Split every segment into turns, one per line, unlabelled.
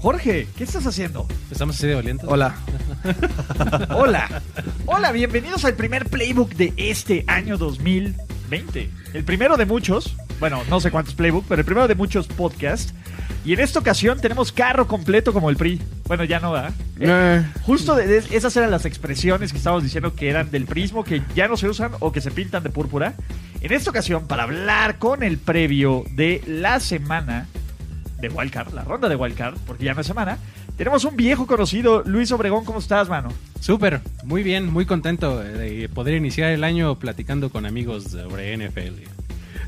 Jorge, ¿qué estás haciendo?
¿Estamos así de valientes?
Hola. Hola. Hola, bienvenidos al primer playbook de este año 2020. El primero de muchos, bueno, no sé cuántos playbook, pero el primero de muchos podcasts. Y en esta ocasión tenemos carro completo como el PRI. Bueno, ya no da. Justo de- de- esas eran las expresiones que estábamos diciendo que eran del prismo, que ya no se usan o que se pintan de púrpura. En esta ocasión, para hablar con el previo de la semana de Wildcard, la ronda de Wildcard, porque ya no es semana, tenemos un viejo conocido, Luis Obregón. ¿Cómo estás, mano?
Súper, muy bien, muy contento de poder iniciar el año platicando con amigos sobre NFL.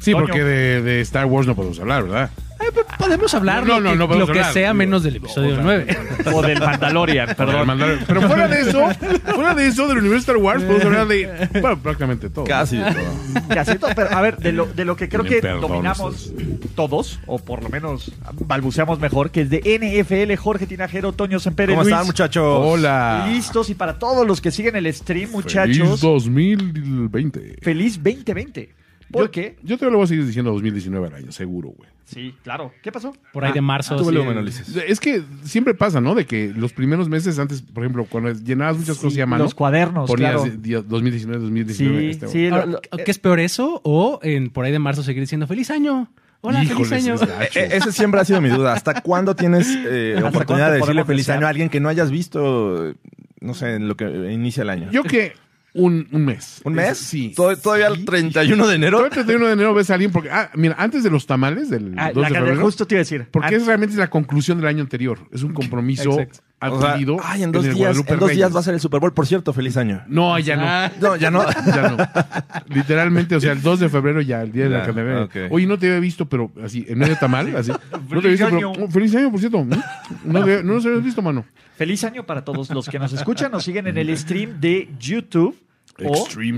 Sí,
Toño.
porque de, de Star Wars no podemos hablar, ¿verdad?
pues, podemos hablar lo
No, no,
que,
no
lo
podemos
que
hablar.
sea
Digo,
menos del
o
episodio
sea,
9.
O del Mandalorian,
Para
perdón.
mandar- Pero fuera de eso, fuera de eso del universo Star Wars, podemos hablar de bueno, prácticamente todo. Casi todo.
Casi todo, pero a ver, de lo, de lo que creo
Me
que
perdonas.
dominamos todos, o por lo menos balbuceamos mejor, que es de NFL, Jorge Tinajero, Toño Sempere,
¿Cómo
Luis.
están, muchachos?
Hola.
Listos y para todos los que siguen el stream,
Feliz
muchachos,
2020.
feliz, 2020. ¿Por
Yo-
qué?
Yo te lo voy a seguir diciendo 2019 al año, seguro, güey.
Sí, claro. ¿Qué pasó? Ah,
Por ahí de marzo.
Tú
sí. eh,
volumen, Ulises.
Es que siempre pasa, ¿no? De que los primeros meses antes, por ejemplo, cuando llenabas muchas cosas
Sí,
a mano,
los cuadernos,
ponías
claro.
eh, di- 2019, 2019.
Sí,
este, güey.
sí. lo-
Ahora,
lo-
¿Qué es peor eso? O en por ahí de marzo seguir diciendo feliz año. Hola,
Híjoles,
feliz año.
es gacho.
E- ese siempre ha sido mi duda. ¿Hasta cuándo tienes eh,
Ah, ¿Hasta cuándo
oportunidad de decirle
podemos
feliz
desear?
año a alguien que no hayas visto, eh, no sé, en lo que inicia el año?
Yo que un, un mes.
¿Un mes?
Sí.
¿Tod- ¿Todavía el 31 de enero?
Todo el 31 de enero ves a alguien porque, ah, mira, antes de los tamales del
ah,
2
la
de
cadena,
febrero,
justo te iba a decir.
porque
Ah,
es realmente la conclusión del año anterior. Es un compromiso
Exacto.
O sea,
adquirido
ay, en dos,
el
días,
Guadalupe
en dos días
Reyes.
va a ser el Super Bowl. Por cierto, feliz año.
No, ya no.
Ah,
No, ya no.
Ya no. Literalmente, o sea, el 2 de febrero ya, el día de la
Ya,
cadena.
ok.
Oye, no te había visto, pero así, en medio tamal, así. No te había visto, pero.
año.
oh, feliz año, por cierto. No, no, te- no nos habías visto, mano.
Feliz año para todos los que nos escuchan, nos siguen en el stream de YouTube. O
Stream.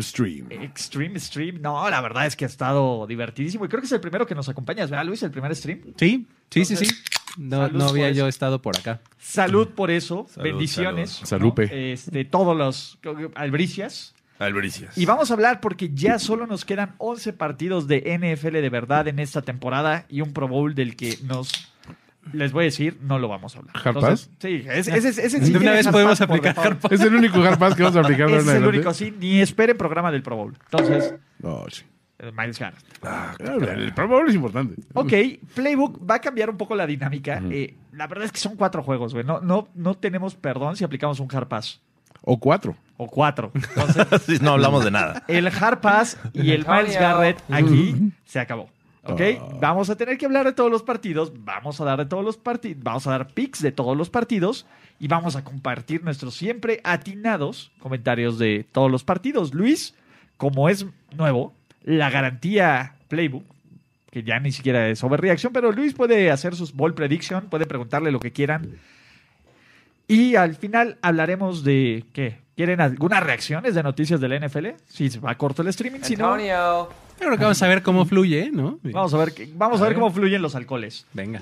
Extreme Stream. No, la verdad es que ha estado divertidísimo. Y creo que es el primero que nos acompañas, ¿verdad, Luis? El primer stream.
sí, sí, sí, sí. No,
Salud
no
por
había
eso.
yo estado por acá.
Salud por eso. Bendiciones.
salud.
¿no?
Salupe.
Este, todos los albricias.
Albericias.
Y vamos a hablar porque ya solo nos quedan 11 partidos de NFL de verdad en esta temporada y un Pro Bowl del que nos. Les voy a decir, no lo vamos a hablar.
¿Hard
Entonces,
pass?
Sí, es, es, es- es- sí
De una
tiene
vez
hard
podemos
pass por
aplicar
default.
hard pass.
Es el único hard pass que vamos a aplicar.
Ese
de ahora
Es
en
el
adelante.
único así. Ni esperen programa del Pro Bowl. Entonces,
No, sí.
eh, Miles Garrett.
El probable es importante.
Ok, Playbook va a cambiar un poco la dinámica. Eh, la verdad es que son cuatro juegos, güey. No, no, no tenemos perdón si aplicamos un hard pass.
O cuatro.
O cuatro. Entonces,
Sí, no hablamos de nada.
el hard pass y el Miles Garrett aquí se acabó.
Ah.
¿Ok? Vamos a tener que hablar de todos los partidos. Vamos a dar de todos los partidos. Vamos a dar picks de todos los partidos. Y vamos a compartir nuestros siempre atinados comentarios de todos los partidos. Luis, como es nuevo, la garantía Playbook, que ya ni siquiera es overreaction, pero Luis puede hacer sus ball prediction, puede preguntarle lo que quieran. Y al final hablaremos de qué. ¿Quieren algunas reacciones de noticias de la NFL? Si se va corto el streaming, si no.
Yo creo que vamos a ver cómo fluye, ¿no?
Vamos a ver, qué- vamos a ver cómo fluyen los alcoholes.
Venga.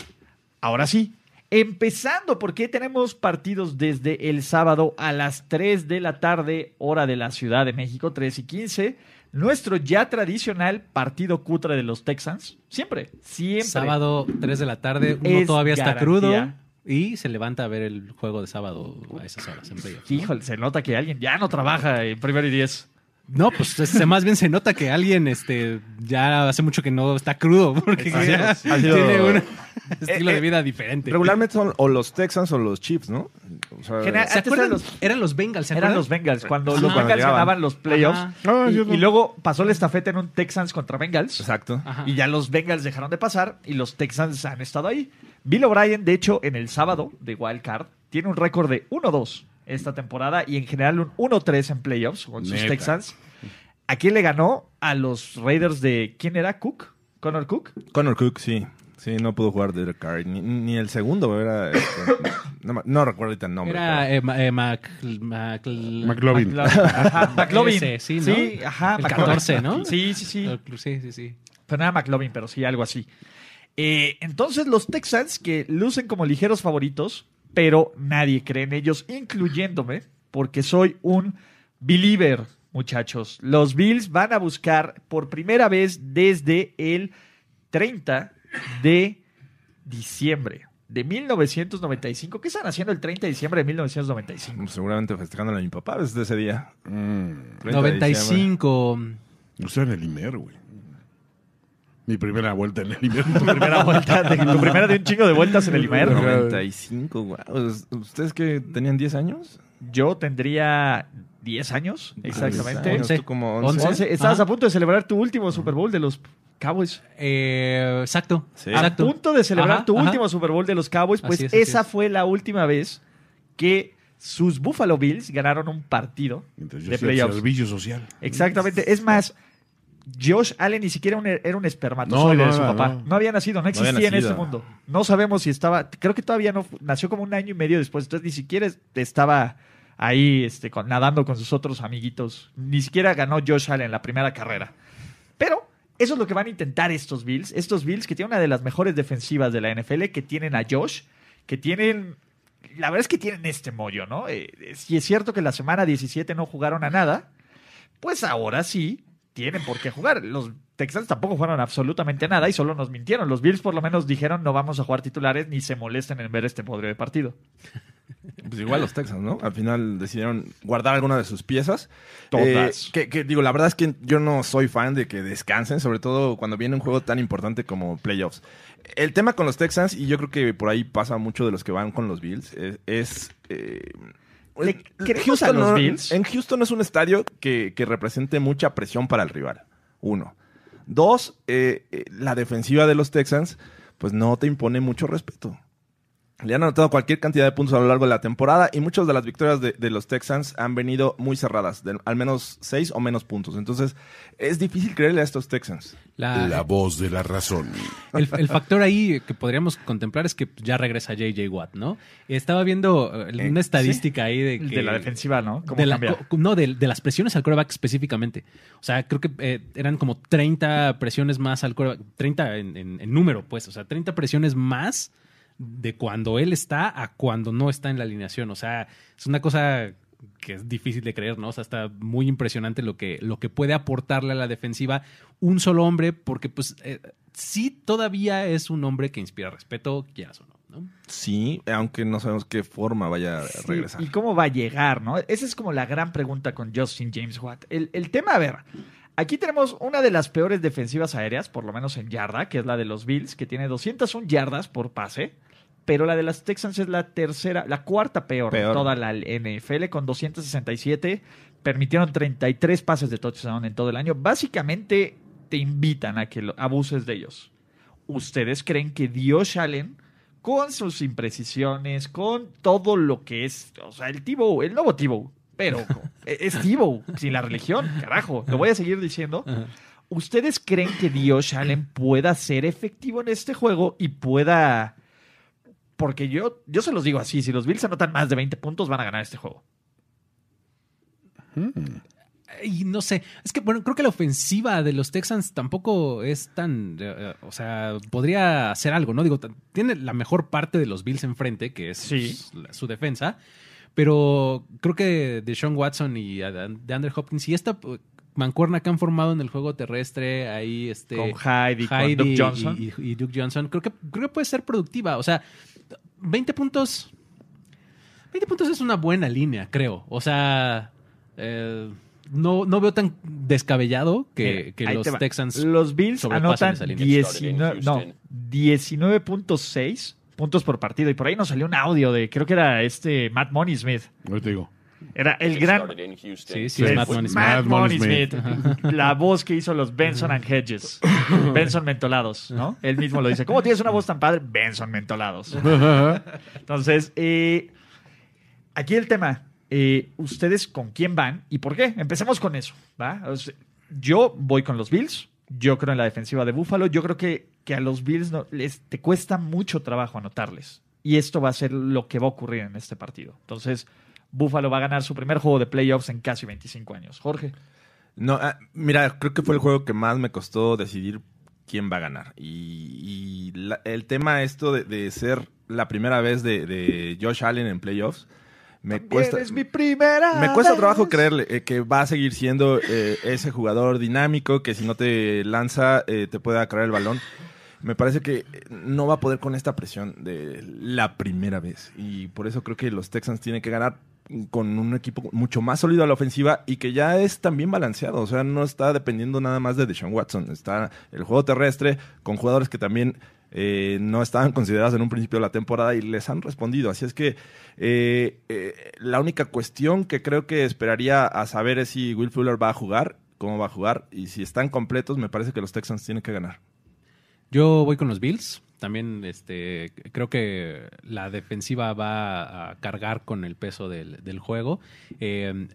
Ahora sí, empezando porque tenemos partidos desde el sábado a las 3 de la tarde, hora de la Ciudad de México, 3 y 15. Nuestro ya tradicional partido cutre de los Texans. Siempre, siempre.
Sábado, 3 de la tarde, uno
Es
todavía está
garantía.
crudo y se levanta a ver el juego de sábado a esas horas en playoffs.
Híjole, se nota que alguien ya no trabaja en primero y 10.
No, pues este, más bien se nota que alguien este, ya hace mucho que no está crudo, porque ya
Ha sido
tiene una... estilo
eh,
de vida diferente.
Regularmente son o los Texans o los Chiefs, ¿no? O sea,
Genera-
¿Se
antes
acuerdan?
eran los-
Eran los Bengals, ¿se
Eran
acuerdan?
los Bengals, cuando
Ajá.
los
Cuando
Bengals
llegaban.
ganaban los playoffs.
Ajá.
Ah,
y,
cierto.
y luego pasó la estafeta en un Texans contra Bengals.
Exacto.
Pues, Ajá.
Y ya los Bengals dejaron de pasar y los Texans han estado ahí. Bill O'Brien, de hecho, en el sábado de Wild Card, tiene un récord de 1-2 esta temporada y en general un 1-3 en playoffs con sus
Neta.
Texans. ¿A quién le ganó? A los Raiders de... ¿Quién era? ¿Cook? ¿Connor Cook?
Connor Cook, sí. Sí, no pudo jugar Derek Carr. Ni, ni el segundo era. este, no, me- no recuerdo ahorita el nombre.
Era
pero-
eh, ma- eh, Mac, Mac-
McLovin.
Ajá, McLovin.
Ese, sí, ¿no?
ajá,
El
McLovin.
14, ¿no?
Sí, sí, sí.
Sí, sí, sí.
Pero no era McLovin, pero sí, algo así. Eh, entonces, los Texans que lucen como ligeros favoritos, pero nadie cree en ellos, incluyéndome, porque soy un believer, muchachos. Los Bills van a buscar por primera vez desde el 30 de diciembre de 1995. ¿Qué están haciendo el 30 de diciembre de 1995?
Seguramente festejando a mi papá desde ese día. 30 de diciembre.
95.
No sea en el Imer, güey. Mi primera vuelta en el Imer.
Primera vuelta, de, tu primera de un chingo de vueltas en el Imer.
95, wow. Pues, ¿Ustedes que tenían 10 años?
Yo tendría 10 años,
10
exactamente.
años, tú como 11.
Once.
Once. Estabas
Ajá.
a punto de celebrar tu último Super Bowl de los Cowboys.
Eh, exacto.
Sí.
A
exacto.
punto de celebrar
Ajá,
tu
ajá.
último Super Bowl de los Cowboys, pues
Así es, así
esa
es.
fue la última vez que sus Buffalo Bills ganaron un partido
Entonces yo
de
hacía
playoffs.
servicio social.
Exactamente. Es más, Josh Allen ni siquiera un- era un espermatozoide
No, no
de su
era,
papá. No.
no.
había nacido, no
había
existía en
nacido.
este mundo. No sabemos si estaba. Creo que todavía no. fu- Nació como un año y medio después. Entonces ni siquiera es- estaba ahí este, con- nadando con sus otros amiguitos. Ni siquiera ganó Josh Allen la primera carrera. Pero. Eso es lo que van a intentar estos Bills. Estos Bills que tienen una de las mejores defensivas de la NFL, que tienen a Josh, que tienen la verdad es que tienen este mollo, ¿no? Eh, eh, si es cierto que la semana 17 no jugaron a nada, pues ahora sí tienen por qué jugar. Los Texans tampoco jugaron absolutamente nada y solo nos mintieron. Los Bills por lo menos dijeron no vamos a jugar titulares ni se molesten en ver este podrido de partido.
Pues igual los Texans, ¿no? Al final decidieron guardar alguna de sus piezas.
Todas.
Eh, que, que, digo, la verdad es que yo no soy fan de que descansen, sobre todo cuando viene un juego tan importante como playoffs. El tema con los Texans, y yo creo que por ahí pasa mucho de los que van con los Bills, es... es, eh,
¿Le
eh,
creemos
Houston
a los
no-
Bills?
En Houston es un estadio que, que represente mucha presión para el rival. Uno. Dos, eh, eh, la defensiva de los Texans, pues no te impone mucho respeto. Le han anotado cualquier cantidad de puntos a lo largo de la temporada y muchas de las victorias de, de los Texans han venido muy cerradas, de al menos seis o menos puntos. Entonces, es difícil creerle a estos Texans.
La-
La voz de la razón.
el, el factor ahí que podríamos contemplar es que ya regresa JJ Watt, ¿no? Estaba viendo eh,
Eh,
una estadística ahí de que...
De la defensiva, ¿no? ¿Cómo
de la-
cambia?
co- no, de, de las presiones al coreback específicamente. O sea, creo que eh, eran como 30 presiones más al coreback, 30 en, en- en número, pues. O sea, 30 presiones más de cuando él está a cuando no está en la alineación. O sea, es una cosa que es difícil de creer, ¿no? O sea, está muy impresionante lo que, lo que puede aportarle a la defensiva un solo hombre, porque pues eh, sí todavía es un hombre que inspira respeto, quieras o no, ¿no?
Sí, aunque no sabemos qué forma vaya a
Sí,
regresar.
¿Y cómo va a llegar, no? Esa es como la gran pregunta con Justin James Watt. El, el tema, a ver, aquí tenemos una de las peores defensivas aéreas, por lo menos en yarda, que es la de los Bills, que tiene 201 yardas por pase, pero la de las Texans es la tercera, la cuarta peor, de
Peor.
toda la NFL, con 267. Permitieron 33 pases de touchdown en todo el año. Básicamente te invitan a que lo- abuses de ellos. ¿Ustedes creen que Dios Allen con sus imprecisiones, con todo lo que es, o sea, el Tibo, el nuevo Tibo, pero es Tibo, sin la religión, carajo, lo voy a seguir diciendo. ¿Ustedes creen que Dios Allen pueda ser efectivo en este juego y pueda... Porque yo, yo se los digo así, si los Bills anotan más de 20 puntos van a ganar este juego.
Y no sé, es que bueno, creo que la ofensiva de los Texans tampoco es tan, eh, eh, o sea, podría hacer algo, ¿no? Digo, t- tiene la mejor parte de los Bills enfrente, que es
Sí.
pues, la- su defensa, pero creo que de Sean Watson y a- de Andrew Hopkins y esta eh, mancuerna que han formado en el juego terrestre, ahí este...
con Hyde y con
Hyde
Doug
y-
Johnson.
Y, y Duke Johnson. Creo que, creo que puede ser productiva. O sea, 20 puntos. 20 puntos es una buena línea, creo. O sea, eh, no, no veo tan descabellado que,
Mira,
que
ahí
los
te va.
Texans.
Los Bills
sobrepasan
anotan
esa línea.
19 no, 19.6 puntos por partido. Y por ahí nos salió un audio de, creo que era este Matt Money Smith.
Ahorita digo.
Era el gran
sí, sí, es
el-
Matt Money Smith.
Matt Money
Smith. La voz que hizo los Benson and Hedges. Benson mentolados, ¿no? Él mismo lo dice. ¿Cómo tienes una voz tan padre? Benson mentolados. Entonces, eh, aquí el tema. eh, ¿Ustedes con quién van y por qué? Empecemos con eso, ¿va? O sea, yo voy con los Bills. Yo creo en la defensiva de Buffalo. Yo creo que, que a los Bills no, les, te cuesta mucho trabajo anotarles. Y esto va a ser lo que va a ocurrir en este partido. Entonces, Buffalo va a ganar su primer juego de playoffs en casi 25 años. Jorge.
No, ah, mira, creo que fue el juego que más me costó decidir quién va a ganar. Y, y la- el tema esto de, de ser la primera vez de, de Josh Allen en playoffs, me cuesta...
Eres mi primera.
Me cuesta
vez.
trabajo creerle eh, que va a seguir siendo eh, ese jugador dinámico que si no te lanza eh, te puede acarrear el balón. Me parece que eh, no va a poder con esta presión de la primera vez. Y por eso creo que los Texans tienen que ganar con un equipo mucho más sólido a la ofensiva y que ya es también balanceado. O sea, no está dependiendo nada más de Deshaun Watson. Está el juego terrestre con jugadores que también eh, no estaban considerados en un principio de la temporada y les han respondido. Así es que eh, eh, la única cuestión que creo que esperaría a saber es si Will Fuller va a jugar, cómo va a jugar y si están completos, me parece que los Texans tienen que ganar.
Yo voy con los Bills. También este, creo que la defensiva va a cargar con el peso del, del juego. Eh,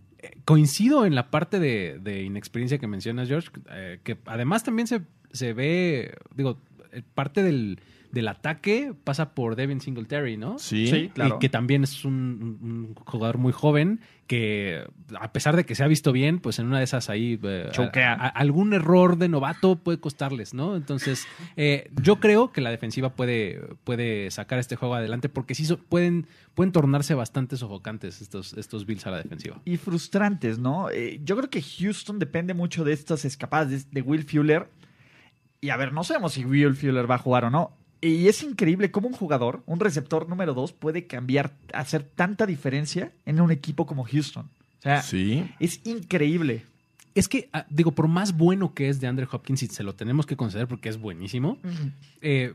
coincido en la parte de, de inexperiencia que mencionas, George, eh, que además también se, se ve, digo, eh, parte del, del ataque pasa por Devin Singletary, ¿no?
Sí,
Y que también es un, un jugador muy joven que, a pesar de que se ha visto bien, pues en una de esas ahí. eh,
Choquea.
a- a- algún error de novato puede costarles, ¿no? Entonces, eh, yo creo que la defensiva puede, puede sacar este juego adelante porque sí so- pueden, pueden tornarse bastante sofocantes estos, estos Bills a la defensiva.
Y frustrantes, ¿no? Eh, yo creo que Houston depende mucho de estas escapadas de, de Will Fuller. Y a ver, no sabemos si Will Fuller va a jugar o no. Y es increíble cómo un jugador, un receptor número 2, puede cambiar, hacer tanta diferencia en un equipo como Houston. O sea,
Sí.
es increíble.
Es que, ah, digo, por más bueno que es de Andre Hopkins, y se lo tenemos que conceder porque es buenísimo, eh,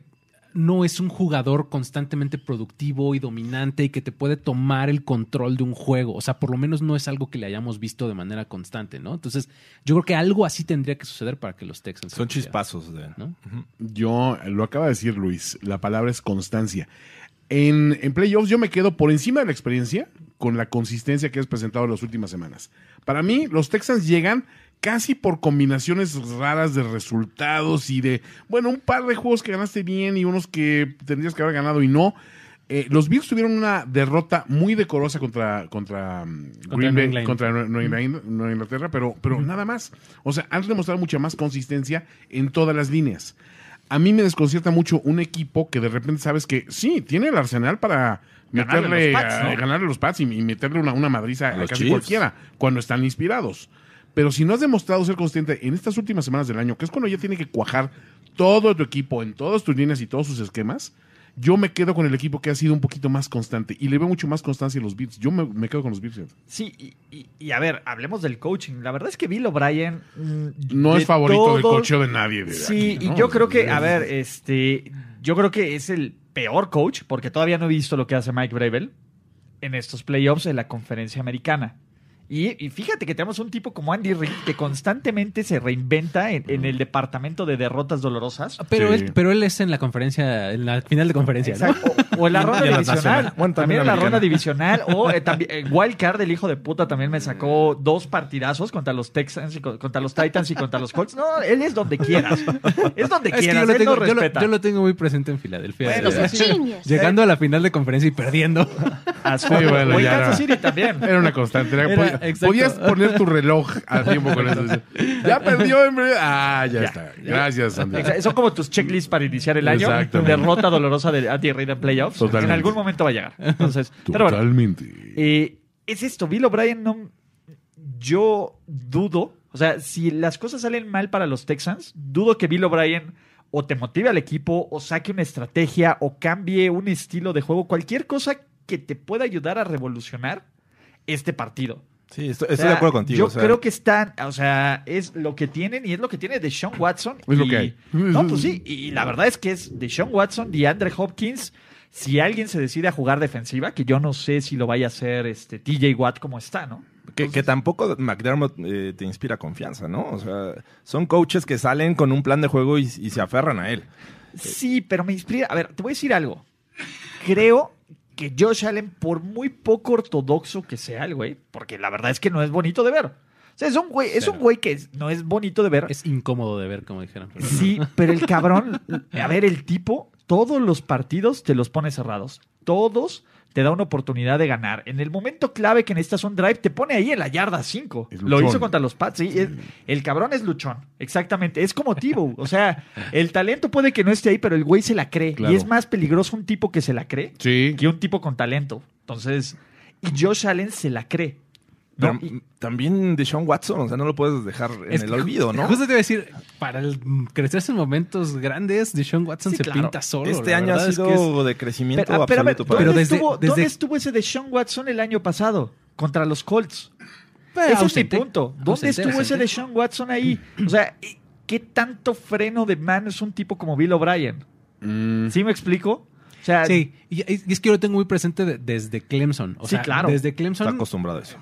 no es un jugador constantemente productivo y dominante y que te puede tomar el control de un juego. O sea, por lo menos no es algo que le hayamos visto de manera constante, ¿no? Entonces, yo creo que algo así tendría que suceder para que los Texans.
Son chispazos de...
¿no?
Yo, lo acaba de decir Luis, la palabra es constancia. En, en playoffs yo me quedo por encima de la experiencia con la consistencia que has presentado en las últimas semanas. Para mí, los Texans llegan casi por combinaciones raras de resultados y de, bueno, un par de juegos que ganaste bien y unos que tendrías que haber ganado y no. Eh, los Bills tuvieron una derrota muy decorosa contra, contra, mm,
Contra New
Green Bay-
England.
contra Nue- Nueva Ingl- Nueva Inglaterra, pero, pero nada más. O sea, han demostrado mucha más consistencia en todas las líneas. A mí me desconcierta mucho un equipo que de repente sabes que sí, tiene el arsenal para
Ganarle
meterle
los Pats,
a-
¿no?
ganarle los pads y, y meterle una, una madriza a
los
casi
Chiefs.
cualquiera cuando están inspirados. Pero si no has demostrado ser consistente en estas últimas semanas del año, que es cuando ya tiene que cuajar todo tu equipo en todas tus líneas y todos sus esquemas, yo me quedo con el equipo que ha sido un poquito más constante y le veo mucho más constancia en los Bills. Yo me, me quedo con los Bills. fíjate.
Sí, y, y- y a ver, hablemos del coaching. La verdad es que Bill O'Brien. mm,
No
de
es favorito del
todos-
cocheo de nadie. de
Sí,
aquí,
y
¿no?
yo creo que, a ver, este, yo creo que es el peor coach, porque todavía no he visto lo que hace Mike Bravel en estos playoffs de la conferencia americana. Y, y fíjate que tenemos un tipo como Andy Reid que constantemente se reinventa en, en el departamento de derrotas dolorosas.
Pero,
Sí.
él, pero él es en la conferencia, en la final de conferencia, ¿no?
Exacto. O en la ronda
Y en la
divisional.
nacional.
también
Bueno, también
en la
americana.
ronda divisional. O eh, también, eh, Wild Card, el hijo de puta, también me sacó dos partidazos contra los Texans y co- contra los Titans y contra los Colts. No, él es donde quieras. Es donde
Es que yo
quieras.
lo,
él
tengo,
no
yo lo-
respeta.
yo lo tengo muy presente en Filadelfia.
Bueno, pues,
Eh,
sí, sí.
Llegando a la final de conferencia y perdiendo.
Así,
Sí, bueno,
o en
ya
Kansas
era.
City también.
Era una constante. era-
Era-
podía-
exacto.
podías poner tu reloj a tiempo con eso. Ya perdió en breve. Ah, ya, está. Gracias, Andy.
Exacto, Son como tus checklists para iniciar el año.
Exactamente.
Derrota dolorosa de Andy Reid en playoffs.
Totalmente.
En algún momento va a llegar. Entonces, pero bueno,
Totalmente.
Eh, es esto, Bill O'Brien no... Yo dudo, o sea, si las cosas salen mal para los Texans, dudo que Bill O'Brien o te motive al equipo, o saque una estrategia, o cambie un estilo de juego, cualquier cosa que te pueda ayudar a revolucionar este partido.
Sí, estoy, estoy
O sea,
de acuerdo contigo.
Yo
o sea,
creo que están, o sea, es lo que tienen y es lo que tiene de Sean Watson.
Es lo
y-
que hay.
No, pues sí, y la verdad es que es de Sean Watson y Andre Hopkins. Si alguien se decide a jugar defensiva, que yo no sé si lo vaya a hacer este TJ Watt como está, ¿no?
Que, que tampoco McDermott eh, te inspira confianza, ¿no? O sea, son coaches que salen con un plan de juego y, y se aferran a él.
Sí, pero me inspira. A ver, te voy a decir algo. Creo que Josh Allen, por muy poco ortodoxo que sea el güey, porque la verdad es que no es bonito de ver. O sea, es un güey, es un güey que es- no es bonito de ver.
Es incómodo de ver, como dijeron.
Sí, pero el cabrón, a ver, el tipo, todos los partidos te los pone cerrados. Todos te da una oportunidad de ganar. En el momento clave que necesitas un drive, te pone ahí en la yarda 5.
Es
Lo
luchón.
hizo contra los Pats. Sí, es- el cabrón es luchón. Exactamente. Es como Tibo. O sea, el talento puede que no esté ahí, pero el güey se la cree.
Claro.
Y es más peligroso un tipo que se la cree
Sí.
que un tipo con talento. Entonces, y Josh Allen se la cree.
Pero
¿no? Y-
m- también de Sean Watson, o sea, no lo puedes dejar en
Es
el
que ju-
olvido, ¿no?
Justo te iba a decir, para el- crecerse en momentos grandes, Deshaun Watson
Sí,
se
claro.
pinta solo.
este
la
año ha
verdad es
sido
que es-
de crecimiento
ah, a ver,
absoluto para
¿dónde,
él.
Pero desde-
estuvo, dónde
desde-
estuvo ese de Sean Watson el año pasado? Contra los Colts. Eh,
Pero
Ese
ausente.
es mi punto. ¿Dónde
Ausente,
estuvo ese
ausente.
de Sean Watson ahí? O sea, ¿y ¿qué tanto freno de mano es un tipo como Bill O'Brien?
Mm.
¿Sí me explico? O sea,
Sí, y y es que yo lo tengo muy presente de- desde Clemson. O
Sí,
sea,
claro.
Desde
Está
Clemson,
acostumbrado a eso.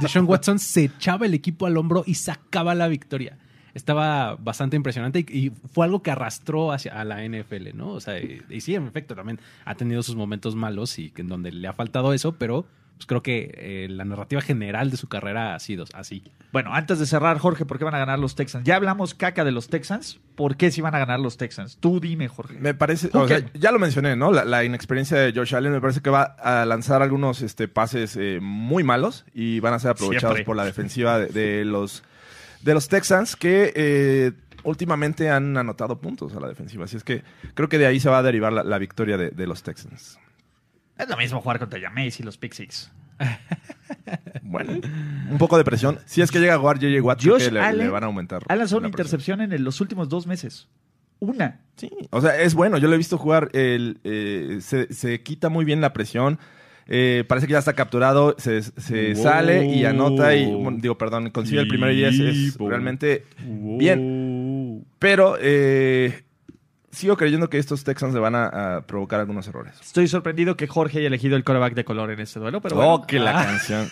Deshaun Watson se echaba el equipo al hombro y sacaba la victoria. Estaba bastante impresionante y, y fue algo que arrastró hacia a la NFL, ¿no? O sea, y, y sí, en efecto, también ha tenido sus momentos malos y que- en donde le ha faltado eso, pero pues, creo que eh, la narrativa general de su carrera ha sido así.
bueno, antes de cerrar, Jorge, ¿por qué van a ganar los Texans? Ya hablamos caca de los Texans. ¿Por qué si van a ganar los Texans? Tú dime, Jorge.
Me parece,
Ok.
o sea, ya lo mencioné, ¿no? La, la inexperiencia de Josh Allen me parece que va a lanzar algunos este, pases eh, muy malos y van a ser aprovechados
Siempre.
por la defensiva de, de los, de los Texans que eh, últimamente han anotado puntos a la defensiva. Así es que creo que de ahí se va a derivar la, la victoria de, de los Texans.
Es lo mismo jugar contra Jameis y los Pixies.
Bueno, un poco de presión. Si es que llega a jugar JJ Watt, creo
Josh
que le, le
Allen
van a aumentar.
Ha lanzado una
la presión.
intercepción en el- los últimos dos meses. Una.
Sí, o sea, es bueno. Yo lo he visto jugar. el, eh, se, se quita muy bien la presión. eh, parece que ya está capturado. Se, se
Wow.
sale y anota. Y, bueno, digo, perdón, consigue el primero y es, es
Tipo.
realmente bien. Pero eh, sigo creyendo que estos Texans le van a, a provocar algunos errores.
Estoy sorprendido que Jorge haya elegido el coreback de color en este duelo, pero bueno.
oh, que la
Ah,
canción.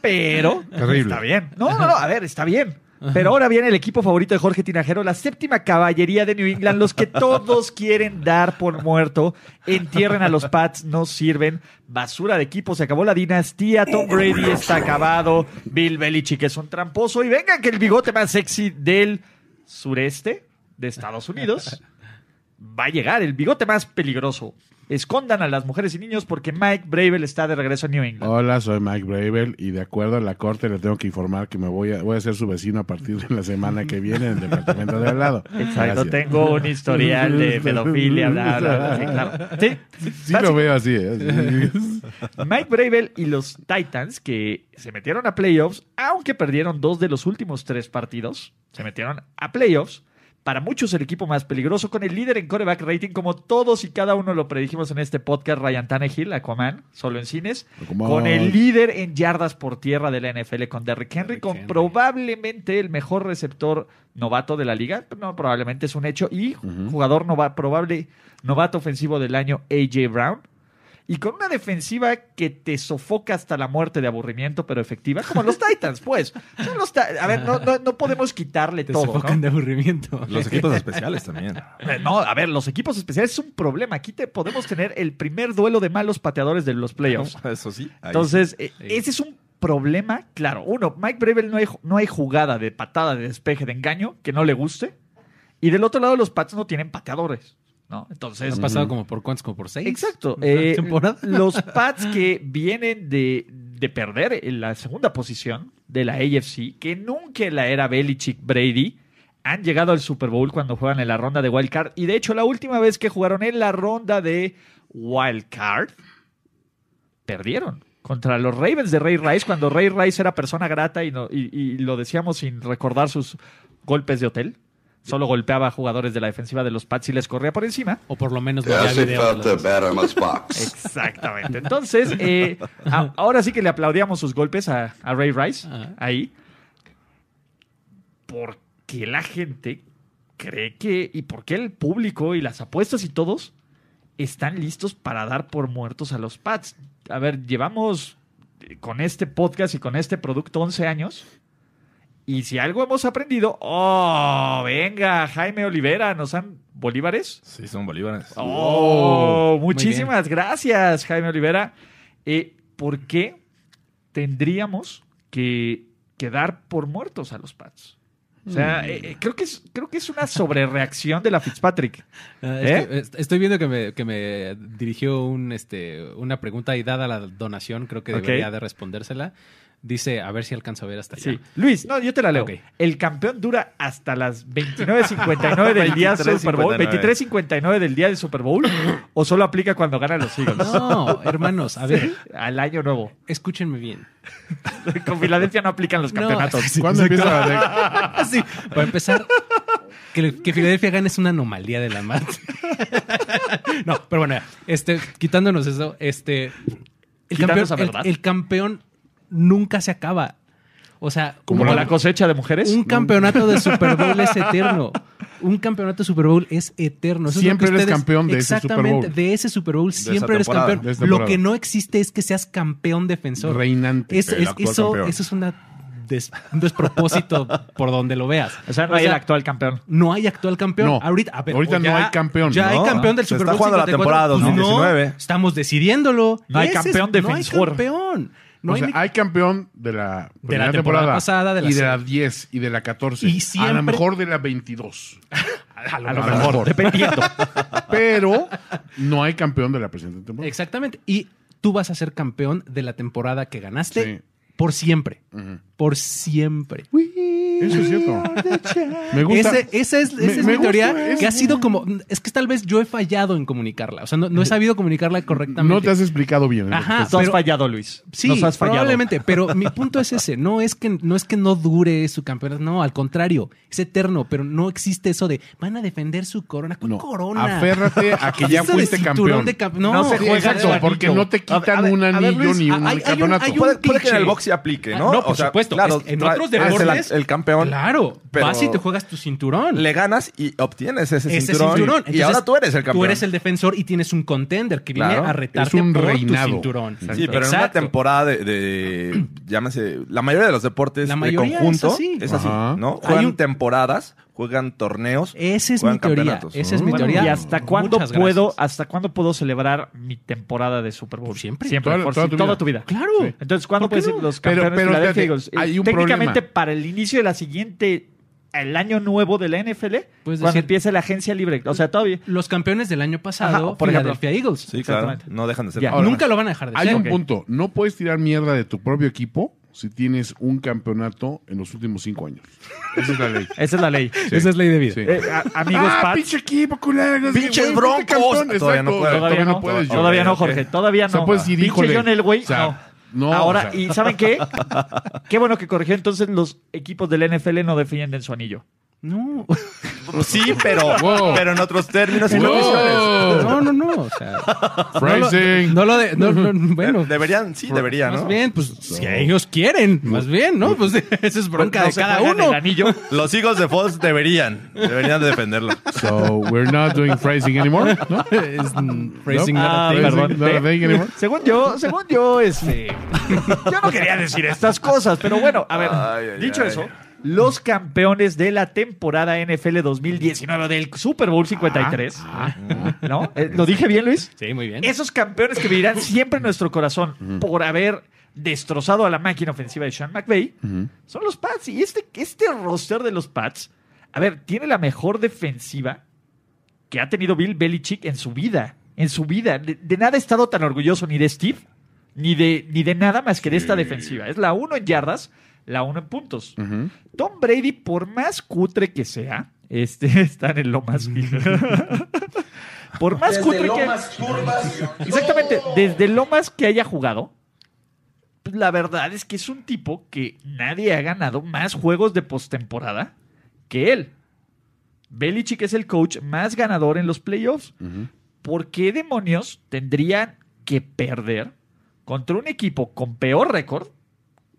pero
Terrible.
está bien. No, no, no, a ver, está bien. Pero ahora viene el equipo favorito de Jorge Tinajero, la séptima caballería de New England, los que todos quieren dar por muerto, entierren a los Pats, no sirven, basura de equipo, se acabó la dinastía, Tom Brady está acabado, Bill Belichick es un tramposo y vengan que el bigote más sexy del sureste de Estados Unidos va a llegar el bigote más peligroso. Escondan a las mujeres y niños porque Mike Bravel está de regreso a New England.
Hola, soy Mike Bravel y de acuerdo a la corte le tengo que informar que me voy a, voy a ser su vecino a partir de la semana que viene en el departamento de al lado.
Exacto,
Gracias.
tengo un historial de pedofilia, bla, bla, bla. Sí, claro. Sí,
Sí lo veo así. ¿eh?
Mike Bravel y los Titans que se metieron a playoffs, aunque perdieron dos de los últimos tres partidos, se metieron a playoffs. Para muchos el equipo más peligroso con el líder en coreback rating, como todos y cada uno lo predijimos en este podcast, Ryan Tannehill, Aquaman, solo en cines,
Aquaman.
con el líder en yardas por tierra de la NFL con Derrick Henry,
Derrick
con
Henry.
probablemente el mejor receptor novato de la liga, no, probablemente es un hecho, y jugador nova- probable novato ofensivo del año, AJ Brown, y con una defensiva que te sofoca hasta la muerte de aburrimiento, pero efectiva, como los Titans, pues. Son los Ti- a ver, no, no- no podemos quitarle
Te
todo.
sofocan
¿no?
de aburrimiento.
Los equipos especiales también.
Eh, No, a ver, los equipos especiales es un problema. Aquí te podemos tener el primer duelo de malos pateadores de los playoffs.
Eso sí. ahí
Entonces, eh,
Sí.
ese es un problema, claro. Uno, Mike Brevel no hay, no hay jugada de patada, de despeje, de engaño que no le guste. Y del otro lado, los Pats no tienen pateadores, ¿no? Entonces,
¿Han pasado como por cuántos? ¿Como por seis?
Exacto.
Eh,
Eh,
temporada?
Los Pats que vienen de, de perder en la segunda posición de la AFC, que nunca en la era Belichick Brady han llegado al Super Bowl cuando juegan en la ronda de Wild Card. Y de hecho, la última vez que jugaron en la ronda de Wild Card, perdieron. Contra los Ravens de Ray Rice, cuando Ray Rice era persona grata y, no- y- y lo decíamos sin recordar sus golpes de hotel. Solo golpeaba a jugadores de la defensiva de los Pats y les corría por encima.
O por lo menos no
Yeah,
había
she
video.
felt
de
the
las-
Baramas box.
Exactamente. Entonces, eh, a- ahora sí que le aplaudíamos sus golpes a, a Ray Rice
Ajá.
ahí. Porque la gente cree que. Y porque el público y las apuestas y todos están listos para dar por muertos a los Pats. A ver, llevamos eh, con este podcast y con este producto 11 años. Y si algo hemos aprendido, oh, venga, Jaime Olivera, nos han bolívares.
Sí, son bolívares.
Oh,
Muy
muchísimas gracias, Jaime Olivera. Eh, ¿Por qué tendríamos que, que dar por muertos a los Pats? O sea,
Mm.
eh, eh, creo, que es, creo que es una sobrereacción de la Fitzpatrick.
Ah,
¿Eh?
es que, est- estoy viendo que me, que me dirigió un, este, una pregunta y dada la donación, creo que
Ok.
debería de respondérsela. Dice, a ver si alcanzo a ver hasta allá.
Sí. Luis, no, yo te la leo.
Ok.
El campeón dura hasta las 29.59 del día del Super Bowl. 23.59 del día del Super Bowl. ¿O solo aplica cuando ganan los Eagles?
No, hermanos, a ver,
Al año nuevo.
escúchenme bien.
Con Filadelfia no aplican los
No.
campeonatos.
¿Cuándo empieza la
Así, para empezar, que, le- que Filadelfia gane es una anomalía de la mat. no, pero bueno, este, quitándonos eso, este, el,
Quitando
campeón,
esa
el-
verdad.
el campeón nunca se acaba. O sea,
Como la cosecha de mujeres.
Un campeonato de Super Bowl es eterno. Un campeonato de Super Bowl es eterno. Eso es lo
Siempre
que
eres
ustedes-
campeón de ese Super Bowl.
Exactamente, de ese Super Bowl
esa
siempre eres
temporada,
campeón.
de esa
Lo
temporada.
que no existe es que seas campeón defensor.
Reinante.
Es-
el
es-
actual
eso,
campeón.
eso es una des- un despropósito por donde lo veas.
O sea, no
O
hay el
sea,
actual campeón.
No hay actual campeón.
No.
ahorita a ver,
Ahorita
o
no hay campeón,
Ya
¿no?
hay campeón del
Se
Super
está
Bowl.
jugando la
54,
temporada
pues
2019.
estamos decidiéndolo.
No hay
Ese es-
campeón defensor.
No hay campeón. No
O
hay
sea, ah,
ni-
hay campeón de la
temporada
primera temporada,
pasada, de la
y de
se-
la 10 y de la 14.
Y siempre-
A lo mejor de la 22.
A lo,
a lo
mejor,
mejor.
dependiendo.
Pero no hay campeón de la presente temporada.
Exactamente. Y tú vas a ser campeón de la temporada que ganaste
Sí.
por siempre. Por siempre.
Eso es cierto. Me gusta.
Ese- esa es, esa
Me-
es
me
mi teoría
gusta ¿eh? eso.
que ha sido como. Es que tal vez yo he fallado en comunicarla. O sea, no, no he sabido comunicarla correctamente.
No te has explicado bien.
Ajá,
Tú has
pero-
fallado, Luis.
Sí,
Nos has fallado.
probablemente, pero mi punto es ese, no es que no es que no dure su campeonato, no, al contrario, es eterno, pero no existe eso de van a defender su corona, ¿cuál
No.
corona?
Aférrate a que ya
Eso de
fuiste
cinturón
campeón.
de camp- no,
No se
Sí,
juega
exacto,
el
porque no te
A ver,
quitan
a ver,
un
a ver,
anillo
Luis,
ni un
ah, hay- hay un-
campeonato.
hay un-
Puede, puede que en el
pinche-
box se aplique,
Ah,
¿no?
no, por supuesto.
claro,
Es- en
tra-
otros
traes el-
deportes,
el, campeón.
Claro,
pero-
vas y te juegas tu cinturón.
Le ganas y obtienes ese
Ese
cinturón.
cinturón.
y
Entonces,
ahora tú eres el campeón.
Tú eres el defensor y tienes un contender que viene
Claro.
a retarte
Es un
por
reinado.
tu cinturón.
Sí, pero en una
Exacto.
temporada de, de- llámese, la mayoría de los deportes
La
de
mayoría
conjunto
es así.
Ajá.
¿no?
Hay
Juegan
un- Eh,
temporadas, juegan torneos,
Esa es mi
juegan
teoría.
campeonatos.
Esa es mi
Bueno,
teoría.
¿Y hasta cuándo
Muchas
puedo,
gracias.
hasta cuándo puedo celebrar mi temporada de Super Bowl?
Por siempre.
Siempre,
Toda-
por
toda
si-
tu
toda
vida.
tu vida.
Claro.
Entonces, ¿cuándo puedes ir los campeones
Pero- pero
de Philadelphia
espérate,
Eagles? Eh,
hay un
Técnicamente,
problema.
para el inicio de la siguiente, el año nuevo de la NFL,
Puedes
cuando
decir-
empieza la agencia libre. O sea, todavía.
Los campeones del año pasado,
Ajá, por ejemplo.
Philadelphia Eagles.
Sí, claro.
Exactamente.
No dejan de ser.
Ya.
campeones.
Nunca lo van a dejar de
Hay
ser.
un
Ok.
punto. No puedes tirar mierda de tu propio equipo si tienes un campeonato en los últimos cinco años. Esa es la ley.
Esa es la ley.
Esa es ley de vida.
Sí.
Eh, a- amigos
ah,
Pats,
pinche equipo, culero.
Pinches
Güey,
broncos.
fuiste campeón.
Todavía no
Exacto.
puedes.
Todavía, no,
puedes. yo.
Todavía no,
Ok,
Jorge.
ok.
Todavía
O sea,
no.
puedes decir,
Pinche
híjole.
John Elway,
O sea,
no.
no,
Ahora,
o sea.
¿y saben qué? Qué bueno que corrigió. Entonces, los equipos del NFL no defienden su anillo.
No,
Sí, pero,
Wow.
pero en otros términos y
Wow. Ah,
condiciones.
no, no, no. O sea,
Phrasing.
no lo de, no, no, bueno.
Eh, Deberían, sí, deberían,
Más
¿no?
bien, pues si ellos quieren, más bien, ¿no? Pues esa es bronca
No
de
se
cada
juegan
uno.
el anillo.
Los hijos de Fox deberían. Deberían de defenderlo.
So, we're not doing phrasing anymore, ¿no?
Es mm, phrasing,
No.
not a
Ah,
thing.
perdón.
Not a thing anymore.
Según yo, según yo, este. Yo no quería decir estas cosas, pero bueno, a ver,
Ay, ay,
dicho
ay.
eso, los campeones de la temporada NFL 2019 del Super Bowl 53. ¿No? Eh, ¿Lo dije bien, Luis?
Sí, muy bien.
Esos campeones que vivirán siempre en nuestro corazón por haber destrozado a la máquina ofensiva de Sean McVay son los Pats. Y este, este roster de los Pats, a ver, tiene la mejor defensiva que ha tenido Bill Belichick en su vida. En su vida. De, de nada ha estado tan orgulloso ni de Steve, ni de, ni de nada más que de esta defensiva. Es la uno en yardas, la uno en puntos. Tom Brady, por más cutre que sea, este, está en el lo más vil. por más cutre que Exactamente, desde lo más que haya jugado, pues, la verdad es que es un tipo que nadie ha ganado más juegos de postemporada que él. Belichick es el coach más ganador en los playoffs. ¿Por qué demonios tendrían que perder contra un equipo con peor récord,